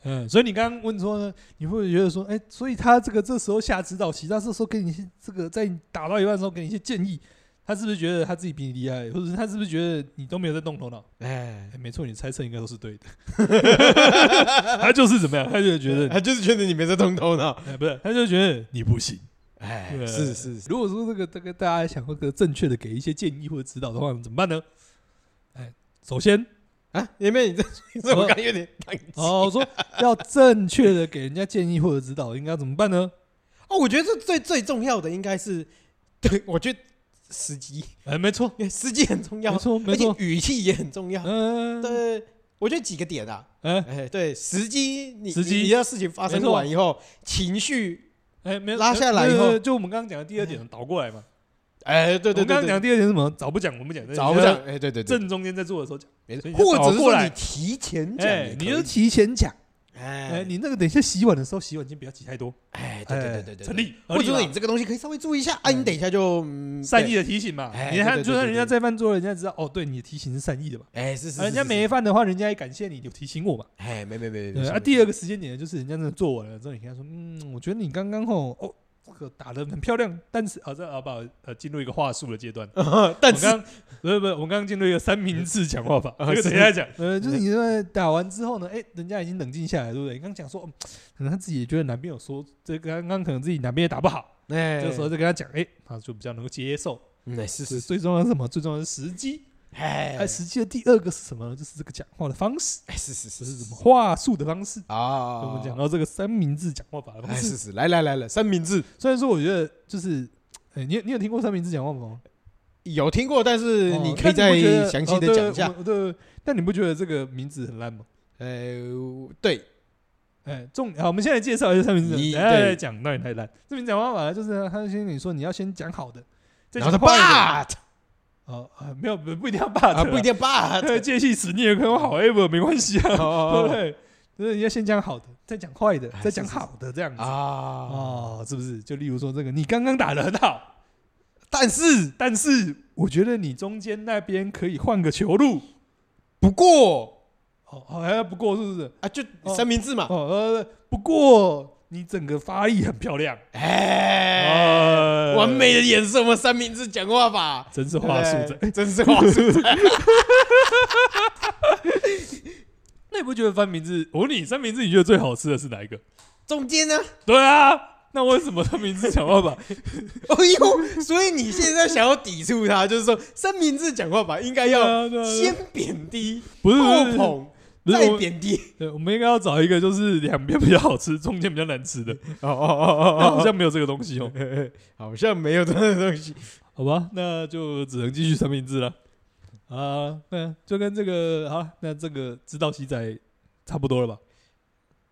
嗯，所以你刚刚问说呢，你会不会觉得说，哎、所以他这个这时候下指导棋，他这时候给你一些这个在你打到一半的时候给你一些建议，他是不是觉得他自己比你厉害，或者是他是不是觉得你都没有在动头脑？哎 哎、，没错，你猜测应该都是对的。他就是怎么样，他就觉得，他就是觉得你没在动头脑，哎、不是，他就觉得你不行。哎对，是是是，如果说这个这个大家想要个正确的给一些建议或者指导的话，怎么办呢？哎、首先啊，因为你这，你这我刚有点宕机哦，我说要正确的给人家建议或者指导，应该怎么办呢？哦，我觉得这最最重要的应该是，对我觉得时机，哎，没错，因为时机很重要没，错，没而且呃错，语气也很重要。嗯，对，我觉得几个点啊，哎哎，对，时机，你时机你你要事情发生没错完以后，情绪，哎，没有拉下来以没有后没有就我们刚刚讲的第二点，倒过来嘛。哎，对对我们对刚刚对，讲的第二点是什么？早不讲，我们讲早上，哎，对对对，正中间在做的时候讲，没所错以，就或者倒是哦过说来你提前讲哎也，可你以，就提前讲，哎，哎你那个等一下洗碗的时候，洗碗巾不要挤太多，哎，对对哎对对对，成对，立，合或者理说嘛你这个东西可以稍微注意一下，啊，你等一下就嗯善意，的提醒嘛。哎你对看，对对就算对人家对再犯错，人家知道哦，对你的提醒是善意的嘛。对哎，是是，啊人家是，没是犯的话，人家也感谢你有提醒我嘛。哎，没没没没对没，啊，第二 个时间点就是人家真的做完了之后，你跟他说，嗯，我觉得你刚刚吼哦，这个打的很漂亮，但是啊，这啊不好，呃，进入一个话术的阶段。个，但是我刚不是不是，我们刚刚进入一个三明治讲话法，啊这个是等一下讲。呃，就是你在打完之后呢，哎，人家已经冷静下来，对不对？你刚讲说，嗯可能他自己也觉得哪边有说，这个刚刚可能自己哪边也打不好，哎，这个时候再跟他讲，哎，他就比较能够接受。嗯，哎是是是，是最重要的是什么？最重要的是时机。哎哎，时机的第二个是什么呢？就是这个讲话的方式，哎是是这是是是什么话术的方式。啊，我们讲到这个三明治讲话法的方哎式，是是，来来来来，三明治虽然说我觉得就是，哎，你有你有听过三明治讲话法吗？有听过，但是哦你可但以再你不觉得详细的讲一。哦下。对我对，但你不觉得这个名字很烂吗？呃，对，哎，重好，我们现在介绍一下三明治，你等一下再对哎讲到底太烂。这明治讲话法呢就是他先跟你说你要先讲好的，再然后讲他坏的。 but 哦，啊没有不不一定要啊， but，不一定 but，介系词你也可以用好 ever 没关系啊。对不哦哎对？就是你要先讲好的，再讲坏的，再讲是是是好的这样子。啊，哦，是不是？就例如说这个，你刚刚打的很好，但是但是我觉得你中间那边可以换个球路。不过哦，好像不过是不是？啊，就哦三明治嘛，哦，呃，不过你整个发力很漂亮，哎，呃完美，的哎演示我们三明治讲话法，真是话术对的不。对，真是话术。 那你不觉得三明治？我问哦你，三明治你觉得最好吃的是哪一个？中间呢？对啊，那为什么三明治讲话吧？哦呦，所以你现在想要抵触他，就是说三明治讲话法应该 要对啊对啊对啊先贬低，不是不后是捧，不是再我贬 低。对，我们应该要找一个就是两边比较好吃，中间比较难 吃的。哦哦哦但好像没有这个东西哦，好像没有这种东西。好吧，那就只能继续三明治了。啊，那就跟这个好了，那这个知道西仔差不多了吧？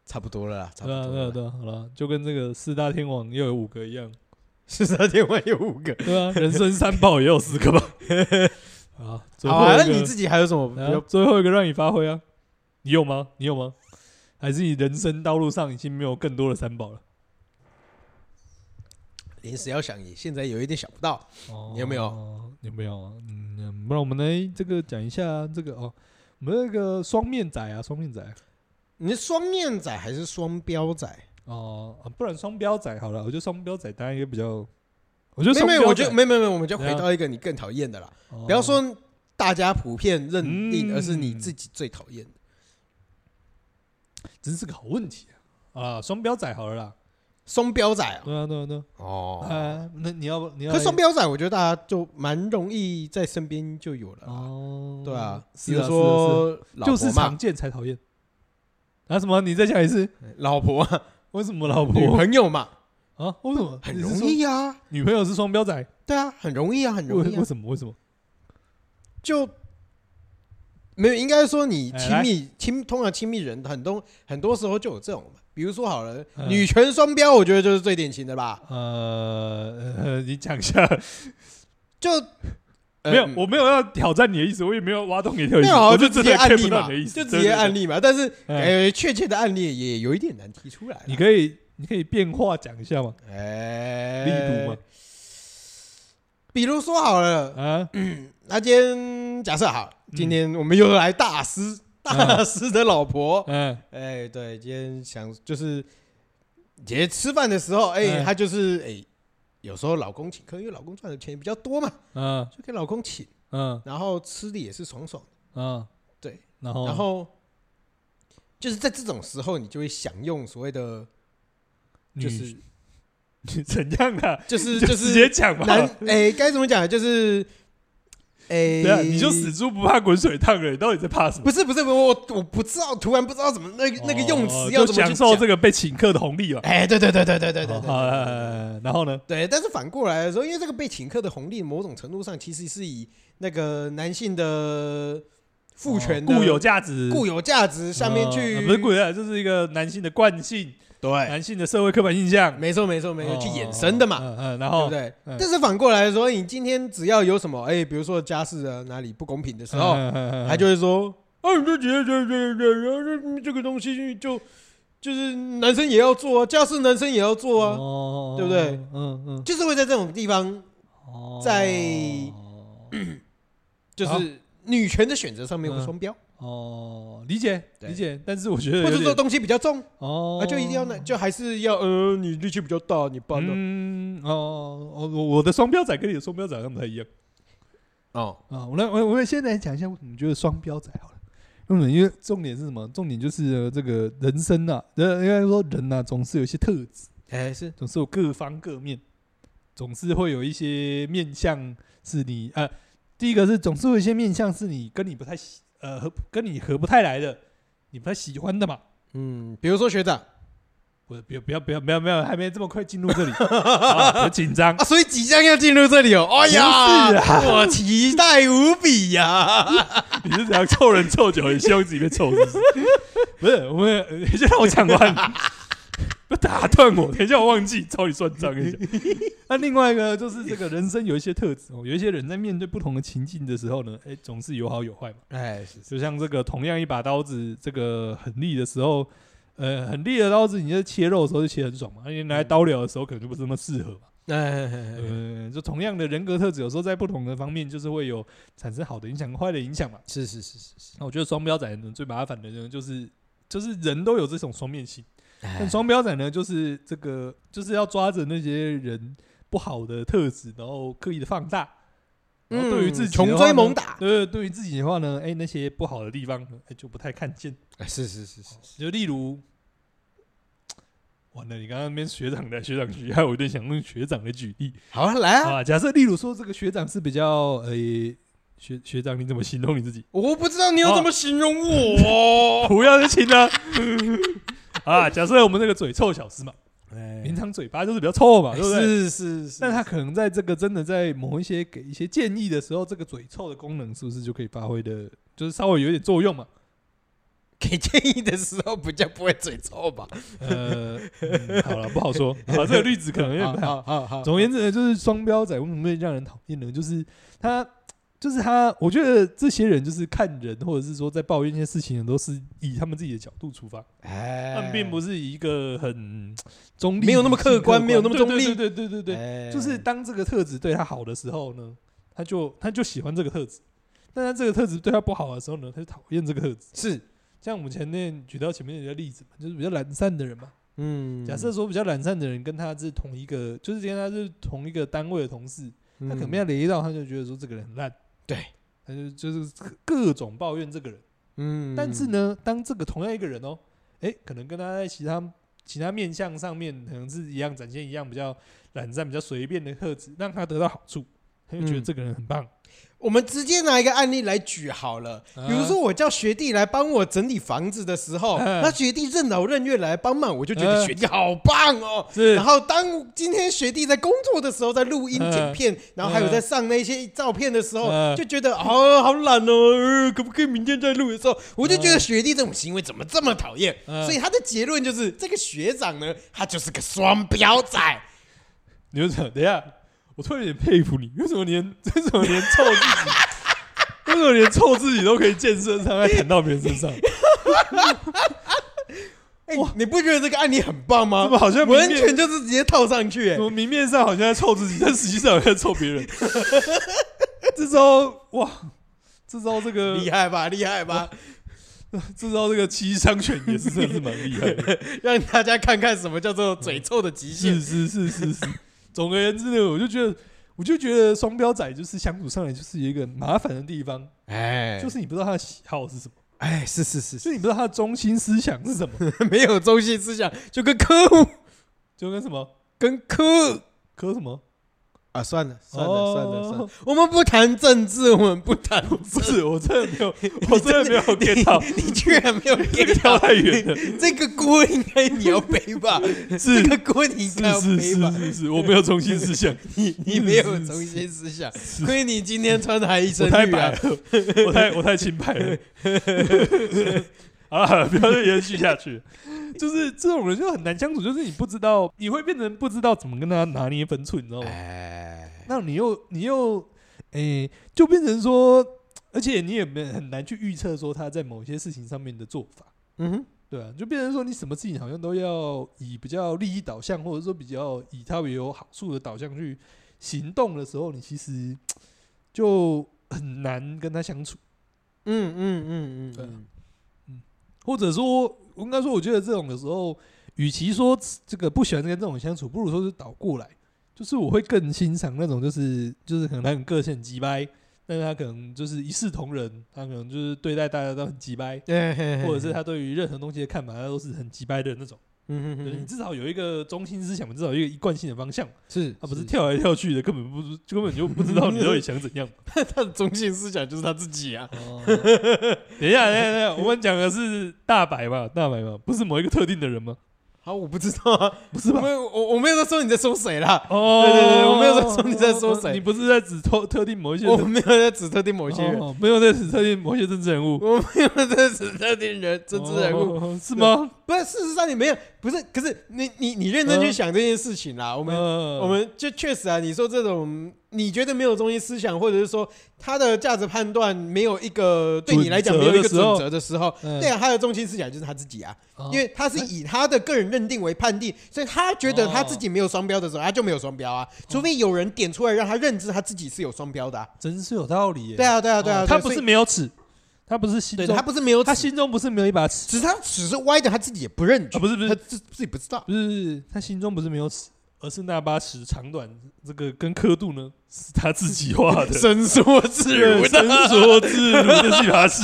差不多了啦，差不对啊，多对啊，了。对啊，好了，就跟这个四大天王又有五个一样，四十二天外有五个。对啊，人生三宝也有四 个吧？啊，最好后啊，那一你个自，己还有什么比来啊较？最后一个让你发挥啊，你有吗？你有吗？还是你人生道路上已经没有更多的三宝了？临时要想，也现在有一点想不到。哦你有没有？有没有啊？嗯，嗯不然我们来这个讲一下这个哦，我们那个双面仔啊，双面仔你是双面仔还是双标仔？哦、啊不然双标仔好了，我觉得双标仔当然也比较，我觉得没有没双标有，仔我觉得没有没有没有，我们就怎回样到一个你更讨厌的啦。哦不要说大家普遍认定，嗯而是你自己最讨厌的。真是个好问题啊！啊，双标仔好了啦，双标仔啊，对啊对啊对啊，哦，啊，那你要不你要可是双标仔，我觉得大家就蛮容易在身边就有了啦。哦，对啊，比是如啊，说是啊老就婆是常嘛，见才讨厌。啊什么？你再讲一次？老婆啊，为什么老女婆朋友嘛，啊？为什么？很你是容说易啊。女朋友是双标仔？对啊，很容易啊，很为容易啊为。什么？为什么？就没有，应该说你哎亲来密亲，通常亲密人很多很多时候就有这种嘛，比如说好了，嗯女权双标，我觉得就是最典型的吧。呃，呃 你讲一下，就、呃 没有，我没有要挑战你的意思，我也没有挖洞给你的意没思，有啊，我就直就真接的案 get 例不到嘛你的意，思，就对直接案。例嘛。但是嗯呃，确切的案例也有一点难提出来啦。对对对你可以，你可以变化讲一下吗？哎，例如嘛，比如说好了，啊， 那今天假设好，今嗯天我们又来大师大师的老婆，嗯，哎，对，今天想就是，姐姐吃饭的时候，哎，嗯她就是哎，有时候老公请客，因为老公赚的钱比较多嘛，嗯，就给老公请，嗯，然后吃的也是爽爽的，嗯，对，然后，然，后就是在这种时候，你就会享用所谓的就就是 是怎样啊？ 就是你就直接是讲吧。男哎该怎么讲，就是哎对啊，，你就死猪不怕滚水烫了，你到底在怕什么？不是不是不是我我不知道，突然不知道怎么那个那个用哦词要就怎么享去受讲这个被请客的红利吧。哎，对对对对对对对哦对好哎哎对。哎哎然后呢？对，但是反过来的时候，因为这个被请客的红利，某种程度上其实是以那个男性的父权的哦固有价值，固有价值下面去，呃不是固有价值，就是一个男性的惯性，对，男性的社会刻板印象，没错没错没错，哦去衍生的嘛，嗯嗯，对然后不对？嗯但是反过来说，你今天只要有什么，哎，比如说家事啊哪里不公平的时候，他他就会说，啊，你就觉得这这这这这个东西就就是男生也要做啊，家事男生也要做啊，啊对不对？嗯嗯就是会在这种地方，哦，在就是女权的选择上面有嗯双标。哦，理解对理解，但是我觉得或者有说点东西比较重哦啊，就一定要那，就还是要呃，你力气比较大，你搬了嗯哦哦，我我的双标仔跟你的双标仔好像不太一样哦，啊。我来我我先来讲一下为什么觉得双标仔好了。因为因为重点是什么？重点就是呃这个人生啊，呃应该说人啊，总是有一些特质，哎是总是有各方各面，总是会有一些面向是你呃，第一个是总是有一些面向是你跟你不太喜呃合跟你合不太来的，你不太喜欢的嘛。嗯，比如说学长我不要不要不要不要不要，还没这么快进入这里， 啊别紧张啊，。所以即将要进入这里哦，哎不是呀，我期待无比呀！ 你是怎样凑人 凑久，你希望自己被凑是不是？不是，我们呃先让我讲完。不打断我，等一下我忘记找你算账一下。 那另外一个就是这个人生有一些特质哦，有一些人在面对不同的情境的时候呢，哎，总是有好有坏嘛。哎，是就像这个同样一把刀子，这个很利的时候，呃，很利的刀子，你在切肉的时候就切很爽嘛，那你拿来刀疗的时候可能就不是那么适合嘛。哎哎哎哎呃，就同样的人格特质，有时候在不同的方面就是会有产生好的影响、坏的影响嘛。是是是是是，那我觉得双标仔呢最麻烦的呢，就是就是人都有这种双面性，但哎双标仔呢，就是这个就是要抓着那些人不好的特质，然后刻意的放大。然后对于自己的话穷呢追猛打，对，对于自己的话呢，哎，那些不好的地方，哎，就不太看见。哎是是是是，就例如，完了，你刚刚那边学长来学长去， 啊害我有点想用学长来举例好啊来啊，啊。假设例如说，这个学长是比较呃，学学长你怎么形容你自己？我不知道你要怎么形容 我，不要再亲了啊！假设我们那个嘴臭小师嘛，哎平常嘴巴就是比较臭嘛，对不对？是是是，那他可能在这个真的在某一些给一些建议的时候，这个嘴臭的功能是不是就可以发挥的，就是稍微有一点作用嘛？给建议的时候比较不会嘴臭吧？呃，嗯好了，不好说啊，这个例子可能有点不太好。好好好，总而言之呢，就是双标仔为什么会让人讨厌呢？就是他，就是他，我觉得这些人就是看人，或者是说在抱怨一些事情的，都是以他们自己的角度出发，哎，他们并不是以一个很中立，没有那么客观没有那么对中立对对对对对哎就是当这个特质对他好的时候呢，他就他就喜欢这个特质；，但他这个特质对他不好的时候呢，他就讨厌这个特质。是像我们前面举到前面的例子嘛，就是比较懒散的人嘛。嗯，假设说比较懒散的人跟他是同一个，就是跟他是同一个单位的同事，他可能要雷到，他就觉得说这个人很烂，嗯对，他就就是各种抱怨这个人。嗯，嗯但是呢，当这个同样一个人哦，诶，可能跟他在其他其他面相上面可能是一样展现一样比较懒散、比较随便的特质，让他得到好处，他就觉得嗯这个人很棒。我们直接拿一个案例来举好了，啊比如说我叫学弟来帮我整理房子的时候，嗯那学弟任劳任怨来帮忙，我就觉得嗯学弟好棒哦。是然后当今天学弟在工作的时候，在录音剪片，然后还有在上那些照片的时候，嗯就觉得哦好懒哦、呃可不可以明天再录的时候，我就觉得学弟这种行为怎么这么讨厌？嗯所以他的结论就是，这个学长呢，他就是个双标仔。你为什么？等一下，我突然有点佩服你，为什么连为什么连臭自 己，为什么连臭自己都可以见身上，还谈到别人身 上？哎、哇你不觉得这个案例很棒吗？怎么好像明完面全就是直接套上去、哎怎么明面上好像在臭自己，但实际上好像在臭别 人？这招哇，这招这个厉害吧，厉害吧，这招这个七伤拳也是真的是蛮厉害的，让大家看看什么叫做嘴臭的极是限。是是是是。总而言之呢，我就觉得，我就觉得双标仔就是相处上来就是有一个麻烦的地方，哎就是你不知道他的喜好是什么，哎，是是是，就是你不知道他的中心思想是什么， 没有中心思想，就跟科户就跟什么跟科磕什么，啊，算了算了哦算了算了，我们不谈政治，我们不谈，不是我真的没有，我真的没有 get 到，你你居然没有 get 跳到太远了，这个锅应该你要背吧？这是个锅你应该要是是背是吧？是是，我没有中心思想，你你没有中心思想，亏你今天穿的还一身我太绿白啊！了，我太我太清白了。 好了，不要再延续下去。 就是这种人就很难相处，就是你不知道，你会变成不知道怎么跟他拿捏分寸，你知道吗？哎，那你又你又诶、就变成说，而且你也没很难去预测说他在某些事情上面的做法，嗯哼，对啊，就变成说你什么事情好像都要以比较利益导向，或者说比较以他为有好处的导向去行动的时候，你其实就很难跟他相处。嗯嗯嗯嗯对啊嗯，或者说，我应该说，我觉得这种的时候，与其说这个不喜欢跟这种相处，不如说是倒过来，就是我会更欣赏那种，就是就是可能他很个性很鸡掰，但是他可能就是一视同仁，他可能就是对待大家都很鸡掰，对，嘿嘿或者是他对于任何东西的看法，他都是很鸡掰的那种。嗯哼就是你哼，至少有一个中心思想嘛，至少有一个一贯性的方向，啊是他不是跳来跳去的，根本 不根本就不知道你到底想 怎样。他的中心思想就是他自己啊。哦， 等一下，等一下，等一下，我们讲的是大白吧？大白吧，不是某一个特定的人吗？好，我不知道啊，不是吧我？没有我我没有在说你在说谁 啦，哦，对对对我没有在说你在说谁你不是在指特特定某一些我人没有在指特定某哦些人，没有在指特定某些政治人物，我没有在指特定人政治人物，物是吗？不是，事实上你没有，不是，可是你你你认真去嗯想这件事情啦，我我们我我们就确实啊，你说这种你觉得没有中心思想，或者是说他的价值判断没有一个对你来讲没有一个准则的时候准则的时候，嗯对啊，他的中心思想就是他自己啊，哦因为他是以他的个人认定为判定，所以他觉得他自己没有双标的时候，他就没有双标哦啊，除非有人点出来让他认知他自己是有双标的、啊。真是有道理耶。对啊，对啊，对啊，哦他对不是所以没有尺，他不是心对中他，不是没有他尺，心中不是没有一把尺只是他尺是歪的，他自己也不认啊，觉，不是不他是自自己不知 道。不是，他心中不是没有尺，而是那把尺长短这个跟刻度呢是他自己画的，伸缩自如 的，对伸缩自如的是一把尺。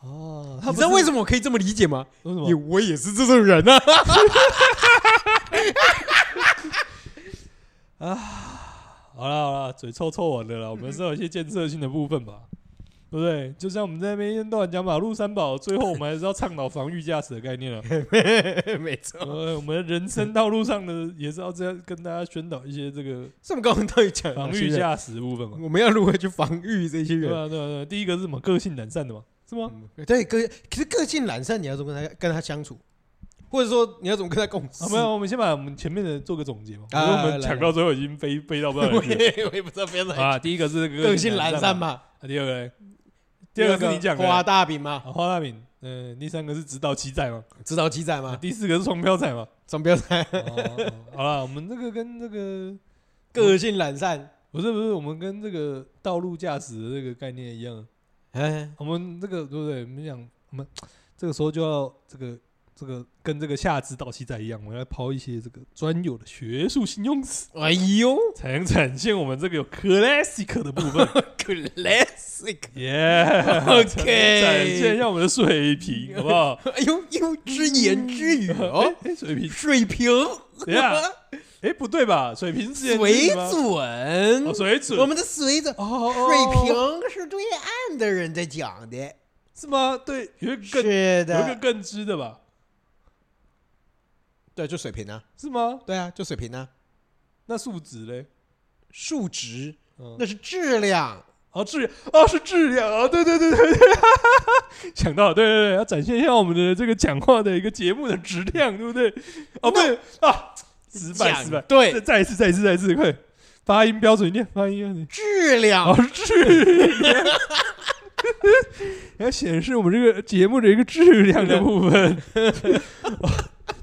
哦，他哦你知道为么？什么我可以这么理解吗？为什因为么？我也是这种人啊。 好了好了，嘴臭臭完了啦，我们是有一些建设性的部分吧，对不对？就像我们在那边一天到晚讲马路三宝，最后我们还是要倡导防御驾驶的概念了。没错，呃，我们人生道路上呢，也是要这样跟大家宣导一些这个这么高到底讲防哪御些人，驾驶的部分嘛。我们要如何去防御这些对人？啊对啊对啊，第一个是什么？个性懒散的嘛，是吗？嗯对，个可是个性懒散，你要怎么跟他跟他相处，或者说你要怎么跟他共事？啊，没有，我们先把我们前面的做个总结嘛。因啊为我来们讲到最后已经飞飞到不知道 哪我里去也我也不知道别人 了啊。第一个是这个个性懒散嘛，嘛。啊第二个嘞，第二个是你讲的画啊大饼嘛，花大饼，嗯，第三个是指导七仔嘛，指导鸡仔啊嘛，第四个是双标仔嘛。总标仔， 哦好了，我们这个跟这个个性懒散。不是不是，我们跟这个道路驾驶的这个概念一样。哎，我们这个对不对？我们讲我们这个时候就要这个这个跟这个下肢到期在一样，我们要抛一些这个专有的学术性用词，哎呦才能展现我们这个有 classic 的部分。 ，classic， Yeah，才能 OK 展现一下我们的水平，好不 好？哎呦呦，只言只语哦， 哎，水平，水平，等一下哎，不对吧？水平是水吗准哦，，水我准，们的水准，哦哦，水哦平是对岸的人在讲的，是吗？对，有一个更是有一个的，更知的吧？对，就水平啊，是吗？对啊，就水平啊，那数值嘞？数值嗯那是质量，哦，质量哦，是质量哦，对对对对对，想到了对 对对，要展现一下我们的这个讲话的一个节目的质量，对不对？哦，不对啊，失败讲失败，对再再一次再一次再一次，快发音标准一点，发音标准一点，质量哦，质量，要显示我们这个节目的一个质量的部分。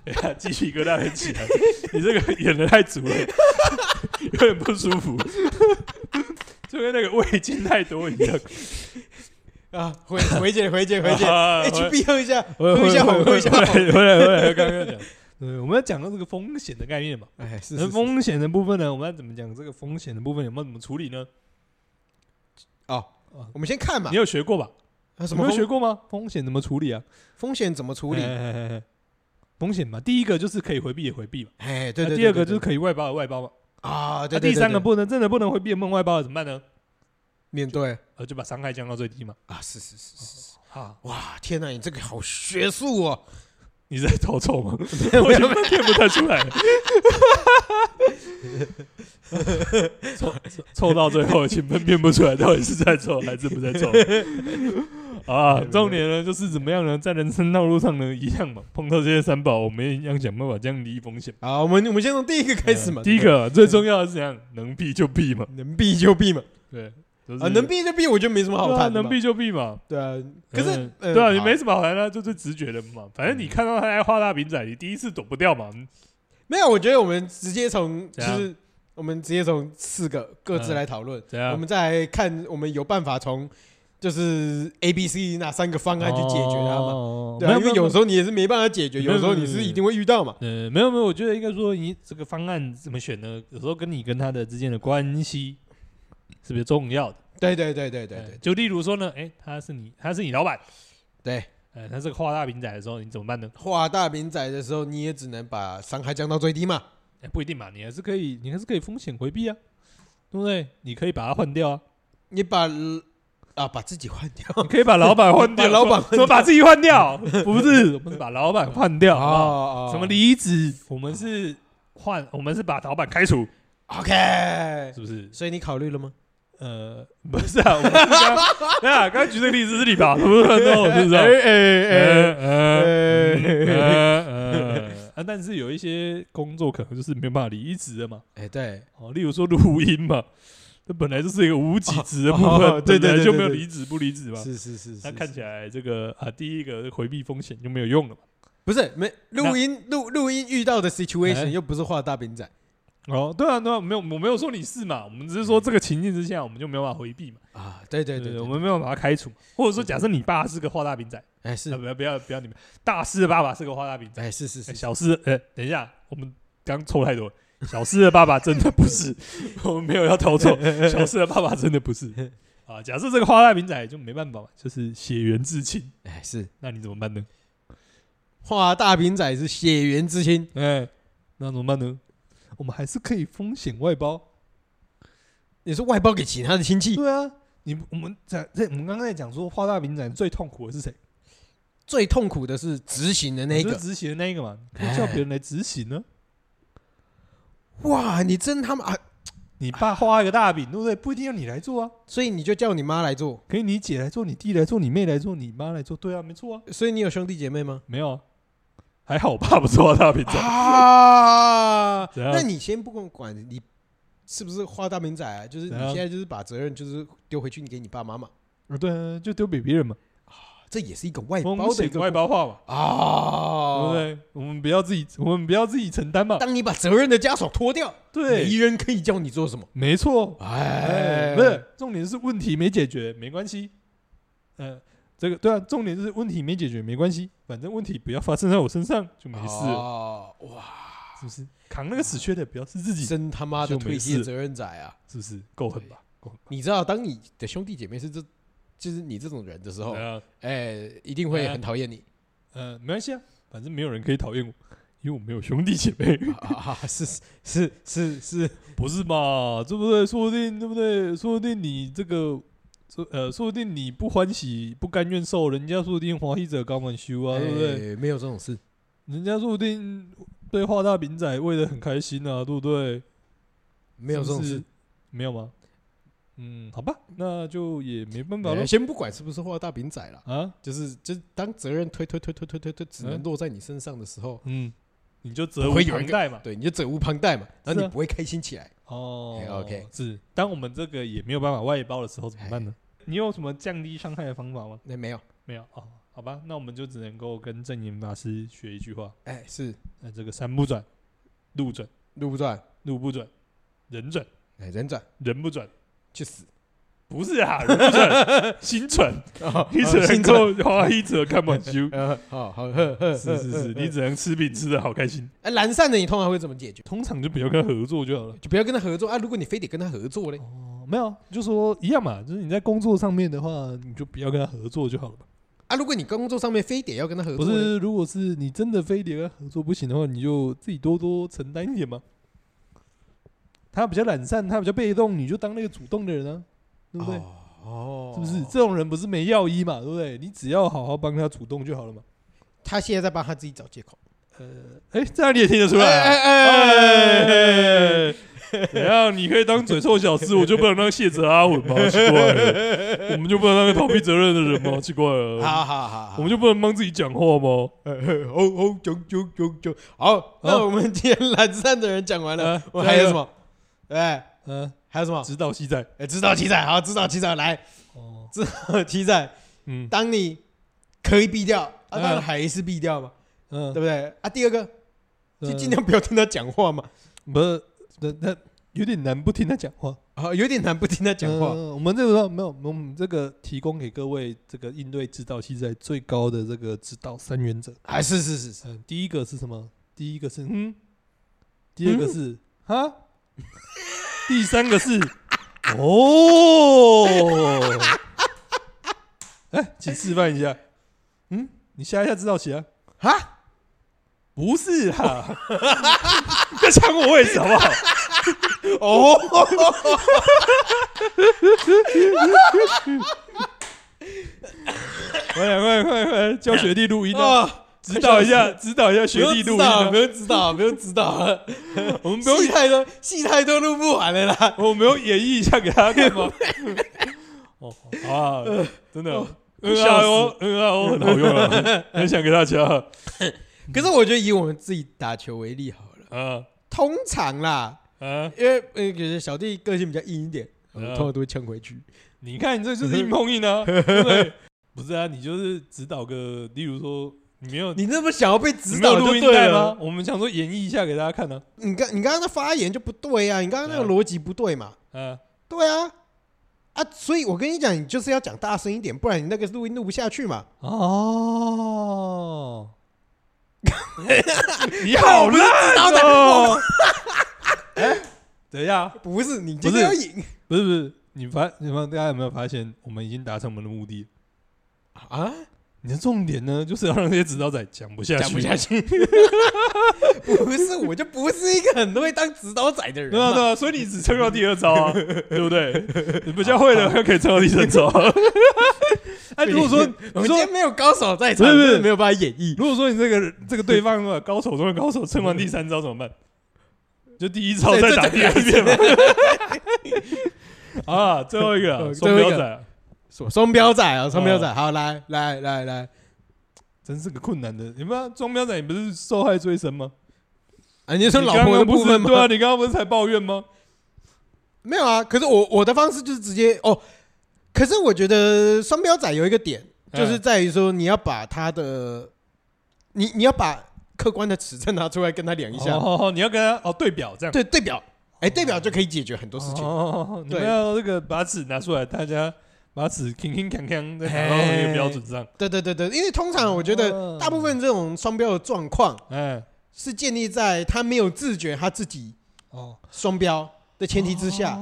哎呀，鸡皮疙瘩很起来，你这个演的太足了，有点不舒服，就跟那个味精太多一样。啊，回回解回解回解啊，HBO 一下， 我喝一下红，喝一下红，回来回来，刚刚讲，对，我们要讲到这个风险的概念嘛。哎，是那是是风险的部分呢，我们要怎么讲？这个风险的部分有没有怎么处理呢？哦啊，我们先看嘛你，有学过吧？啊什你么有学风过吗？风险怎么处理啊？风险怎么处理哎？哎哎哎风险嘛，第一个就是可以回避也回避嘛，哎，对那对，第二个对就是对可以外包的外包嘛，啊，那对对，第对三个对不能真的不能回避的梦外包的怎么办呢？面对呃，就把伤害降到最低嘛。啊，是是是是是，啊，哇，天哪，你这个好学术哦，你是在头臭 吗？ 我根本听不太出来，臭臭臭到最后已经分辨不出来到底是在臭还是 不在臭。啊，重点呢就是怎么样呢，在人生道路上呢一样嘛，碰到这些三宝，我们也一样想办法降低风险。啊，我们我们先从第一个开始嘛，呃第一个最重要的是怎样，能避就避嘛。能避就避嘛，对，就是啊，能避就避，我觉得没什么好对啊谈的嘛，能避就避嘛。对啊，可是嗯呃对啊，你好没什么好谈的啊，就最直觉的嘛。反正你看到他在画大饼仔，你第一次躲不掉嘛。没有？我觉得我们直接从就怎样是我们直接从四个各自来讨论，怎样我们再来看我们有办法从就是 A、B、C 哪三个方案去解决它嘛？嘛对啊，因为有时候你也是没办法解决，没有有时候你是一定会遇到嘛。呃，没有没有，我觉得应该说你这个方案怎么选呢？有时候跟你跟他的之间的关系是不是重要的？对对对对对呃对就例如说呢，哎，他是你，他是你老板，对，呃，他是个画大饼仔的时候，你怎么办呢？画大饼仔的时候，你也只能把伤害降到最低嘛。哎，不一定嘛，你还是可以，你还是可以风险回避啊，对不对？你可以把它换掉啊。你把啊，把自己换掉，你可以把老板换掉，把老板换怎么把自己换掉？不是，我们是把老板换掉啊。哦什么离职？我们是换，我们是把老板开除， ？OK，是不是？所以你考虑了吗？呃，不是啊，我 们是刚，对啊，刚才举这个例子是你吧？是不是很多？是不 是啊？哎哎呃哎呃啊，但是有一些工作可能就是没有办法离职的嘛，哎，对，哦，例如说录音嘛，这本来就是一个无给职的部哦分哦，对本来对对就对没有对离职不离职嘛。是是是是，那看是起来这个啊，第一个回避风险就没有用了嘛。不是没那录音录录音遇到的 situation 哎又不是画大饼仔哦，对啊，对啊，没有，我没有说你是嘛，我们只是说这个情境之下，我们就没有办法回避嘛，啊，对对对对，我对，们没有办法把他开除嘛，或者说假设你爸是个画大饼仔，哎啊是不要不要不要你们大师的爸爸是个画大饼仔，哎是是哎是，小师，呃，等一下，我们刚抽太多了。小四的爸爸真的不是，我们没有要挑错。小四的爸爸真的不是啊。假设这个花大饼仔就没办法嘛，就是血缘至亲，哎是那你怎么办呢？画大饼仔是血缘之亲，哎、那怎么办呢？我们还是可以风险外包。你是外包给其他的亲戚，对啊，你我们在在我们刚才讲说花大饼仔最痛苦的是谁？最痛苦的是执行的那一就是个。执行的那一个嘛，哎可以叫别人来执行呢、哇，你真他妈啊！你爸画一个大饼，对不对？不一定要你来做啊，所以你就叫你妈来做。可以你姐来做，你弟来做，你妹来做，你妈来做，对啊，没错啊。所以你有兄弟姐妹吗？没有啊，还好我爸不是画大饼仔，啊！怎 样那你先不管管你是不是画大明仔啊，就是你怎样现在就是把责任就是丢回去给你爸妈嘛，呃 对啊，就丢给别人嘛，这也是一个外包风的一险个外哎包化嘛，对啊不。对？我们不要自己，我们不要自己承担嘛，当你把责任的枷锁脱掉，没对，人可以叫你做什么。没错，哎哎，，不是，重点是问题没解决，没关系，嗯。这个对啊，重点就是问题没解决没关系，反正问题不要发生在我身上就没事了，哦哇，是不是？扛那个死缺的不要是自己，是真他妈的就没推事卸责任仔啊！不是？够狠吧？够狠吧！你知道，当你的兄弟姐妹是这，就是你这种人的时候对，啊，哎，一定会很讨厌你。呃，没关系啊，反正没有人可以讨厌我，因为我没有兄弟姐 妹。啊， 啊是是是是，不是嘛？对不对？说不定，对不对？说不定你这个，说呃，说不定你不欢喜、不甘愿受，人家说不定欢喜者刚满修啊，对不对？哎没有这种事。人家说不定对画大饼仔喂的很开心啊，对不对？没有这种是事哎不是，没有吗？嗯，好吧，那就也没办法哎了先不管是不是画大饼仔啦，啊。就是就是当责任推推推推推推推，只能嗯落在你身上的时候，嗯，你就责不无会有旁人贷嘛。对，你就责无旁贷嘛，然后是你啊不会开心起来。哦哎，OK 是。当我们这个也没有办法外包的时候，怎么办呢？哎你有什么降低伤害的方法吗？那哎没有，没有哦，好吧，那我们就只能够跟正言法师学一句话：哎，是那这个山不转，路转，路不转，路不转，人转，哎，人转人不转，去死。。不是啊，人不转，心转，你只能够花一折看满修 呃，好好，呵呵是是是，你只能吃饼吃的好开心。哎，懒散的你通常会怎么解决？通常就不要跟他合作就好了。就不要跟他合作啊！如果你非得跟他合作嘞，哦，没有，就说一样嘛，就是你在工作上面的话，你就不要跟他合作就好了吧。啊，如果你工作上面非得要跟他合不作，，是，如果是你真的非得跟他合作不行的话，你就自己多多承担一点嘛。他比较懒散，他比较被动，你就当那个主动的人啊，对不对？哦，是不是？这种人不是没药医嘛，对不对？你只要好好帮他主动就好了嘛。他现在在帮他自己找借口。哎，这样你也听得出来啊、哎哎，然后你可以当嘴臭小吃，啊我就不能当谢哲阿文吗？奇怪了，我们就不能当个逃避责任的人吗？奇怪了，好好好，我们就不能帮自己讲话吗？哦哦，九九九九，好，那我们今天懒散的人讲完了啊，我还有什么？哎，嗯、还有什么？直到现在，哎，指导七仔，好，指导七仔来，哦， 七仔，嗯当你可以避掉，啊，嗯当然还是避掉嘛，嗯对，不对？啊，第二个，就呃尽量不要听他讲话嘛，不是，那那有点难不听他讲话。啊，有点难不听他讲话，呃我们这个时候没有，我们这个提供给各位这个应对指导器材最高的这个指导三原则。啊，是是是是，嗯、第一个是什么？第一个是嗯，第二个是嗯哈、第三个是哦。哎，请示范一下。嗯，你下一下指导棋啊？啊，不是啊，不要抢我位置好不好？哦， 快快快快教学弟录音啊！啊，指导一下，指导一下学弟不录用音啊不！用指导，不用指导， 我们不用戏太 多，戏太多录不完了啦。我没有演绎一下给他看吗？ 哦，好啊，真的嗯啊快，N 笑 R 死 O N R O 很好用啊，很想给大家 可是我觉得以我们自己打球为例好了，啊通常啦，啊！因为呃，有些小弟个性比较硬一点，我嗯通常都会呛回去。你看，你这就是硬碰硬 啊，对不对？不是啊，你就是指导个，例如说，你没有你那么想要被你指没有导录就音对带了吗？。我们想说演绎一下给大家看啊呢，你刚你刚刚的发言就不对啊，你刚刚那个对啊逻辑不对嘛？啊，对啊，啊，所以我跟你讲，你就是要讲大声一点，不然你那个录音录不下去嘛。哦， 你好好烂哦！ 哎，等一下，不是，你不就是是要赢不是不是，你发你们大家有没有发现，我们已经达成我们的目的？啊，你的重点呢，就是要让这些指导仔讲不下去，讲不下去。不是，我就不是一个很会当指导仔的人对啊嘛。对啊，所以你只撑到第二招 啊，对不对？你比较会的，可以撑到第三招。哎，如果 说我你们今说天没有高手在场，不是不是真的没有办法演绎。如果说你这个这个对方的高手中的高手撑完第三招怎么办？就第一招对再这打讲第二遍嘛。 啊，最后一个啊哦最双后一个标仔啊，什么双标仔啊，双标哦仔，好，来来来来，真是个困难的。你们双标仔，你不是受害最深吗？啊，你说你老刚婆刚的不部是分吗？对啊，你刚刚不是才抱怨吗？没有啊，可是我我的方式就是直接哦。可是我觉得双标仔有一个点，嗯就是在于说你要把他的，你你要把客观的尺寸拿出来跟他量一下，哦，哦哦你要跟他哦对表这样，对对表，哎，对表就可以解决很多事情。哦哦哦你对们要这个把尺拿出来，大家把尺铿铿锵锵的拿到那个标准上。对对对对，因为通常我觉哦得大部分这种双标的状况哎，是建立在他没有自觉他自己哦，双标的前提之下，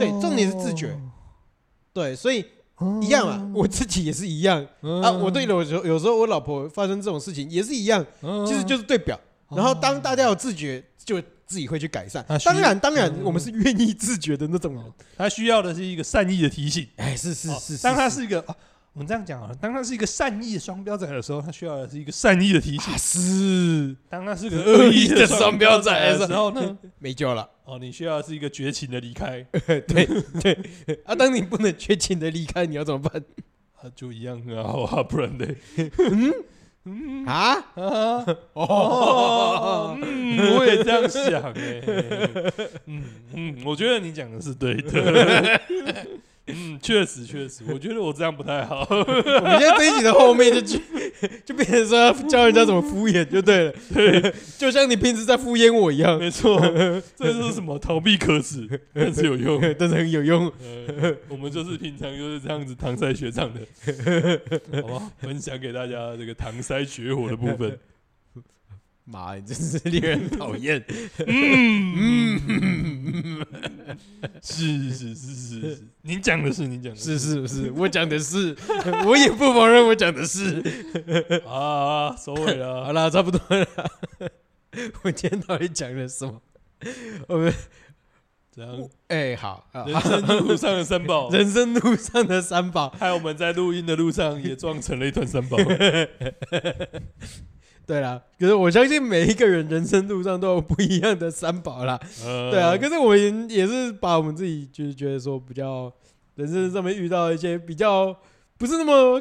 对重点是自觉对，所以一样哦啊，我自己也是一样嗯啊，我对有时候有时候我老婆发生这种事情也是一样。嗯，其实就是对表。哦然后当大家有自觉，就自己会去改善啊。需当然，当然嗯，我们是愿意自觉的那种人。他需要的是一个善意的提醒。哎，是是哦是，当他是一个哦我们这样讲好了，当他是一个善意的双标仔的时候，他需要的是一个善意的提醒；啊是当他是个是恶意恶意的双双标仔仔的的时时 候哎呢， 没救了。哦，你需要的是一个绝情的离 开，对对啊，当你不能绝情的离开，你要怎么办啊，就一样啊，好啊，不然嘞，嗯嗯啊？啊。哦哦，，嗯，我也这样想哎、嗯嗯，我觉得你讲的是对 的。嗯，确实确实，我觉得我这样不太好。 我们现在这一集的后面就就就变成说要教人家怎么敷衍就对了， 对，就像你平时在敷衍我一样，没错，这就是什么逃避可耻，但是有 用。但是很有用。呃，我们就是平常就是这样子搪塞学长的，好不好？分享给大家这个搪塞学火的 部分。妈，你真是令 人讨厌。嗯是是是是是，您讲的是您讲 的是是是，我讲的是，我也不否认我讲的是。啊，啊收尾了 好。了，差不多了。 我今天到底讲了什么？我们这样，哎、好，好人生路上的三宝， 人生路上的三宝。 害我们在录音的路上也撞成了一团 三宝。对啦，可是我相信每一个人人生路上都有不一样的三宝啦。对对啊，可是我们也是把我们自己就是觉得说比较人生上面遇到一些比较不是那么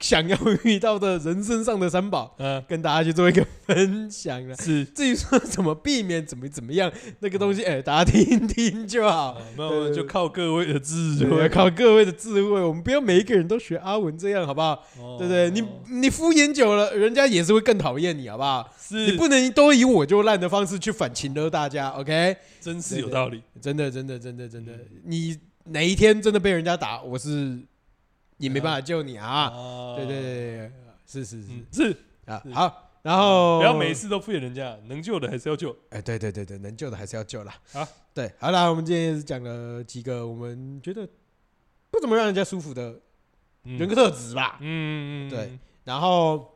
想要 遇到的人生上的三宝，嗯，跟大家去做一个分享啦。是至于说怎么避免，怎么怎么样，那个东西，哎、大家听听就好。啊，那我们就靠各位的智对，慧，靠各位的智慧，我们不要每一个人都学阿文这样，好不好？哦对不对？你你敷衍久了，人家也是会更讨厌你，好不好？你是不能都以我就烂的方式去反情勒大家，OK？真是有道理，真的，真的，真的，真的，你哪一天真的被人家打，我是也没办法救你啊！啊对对对，对对是是嗯是是啊是，好，然后不要每一次都敷衍人家，能救的还是要救。哎，对对对对，能救的还是要救啦。好，对，好啦，我们今天也是讲了几个我们觉得不怎么让人家舒服的嗯人格特质吧。嗯，嗯对， 然后，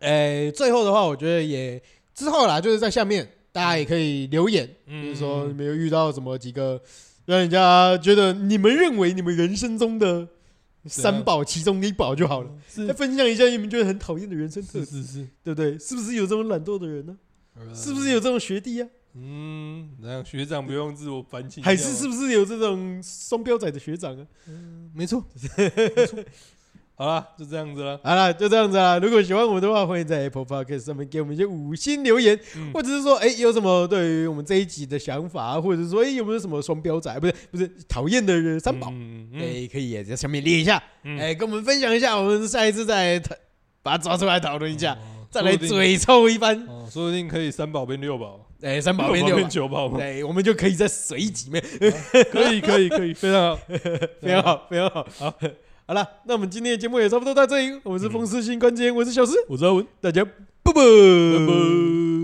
诶，最后的话，我觉得也之后啦，就是在下面大家也可以留言，嗯就是说你们有遇到什么几个让人家觉得你们认为你们人生中的三宝其中一宝就好了。再啊是分享一下你们觉得很讨厌的人生特是呃质，是是，对不对？是不是有这种懒惰的人呢？是不是有这种学弟啊？嗯？那样学长不用自我反省一下吗，哦还是是不是有这种双标仔的学长啊？嗯没错，没错。好了，就这样子了。好了，就这样子啦。如果喜欢我们的话，欢迎在 Apple Podcast 上面给我们一些五星留言，嗯或者是说，哎、有什么对于我们这一集的想法，或者是说，哎、有没有什么双标仔，不是不是讨厌的人三宝，哎、嗯嗯可以也在上面列一下，哎、嗯跟我们分享一下，我们下一次再讨把它抓出来讨论一下，嗯，再来说不定嘴臭一番，哦，说不定可以三宝变六宝，哎、三宝变六六变吧。九宝嘛，对，我们就可以在随集面，可以可以可以，非常好， 非常好，非常好。好，好了，那我们今天的节目也差不多到这里。我们是风湿性关节炎，我是小诗，我是阿文，大家拜拜拜拜。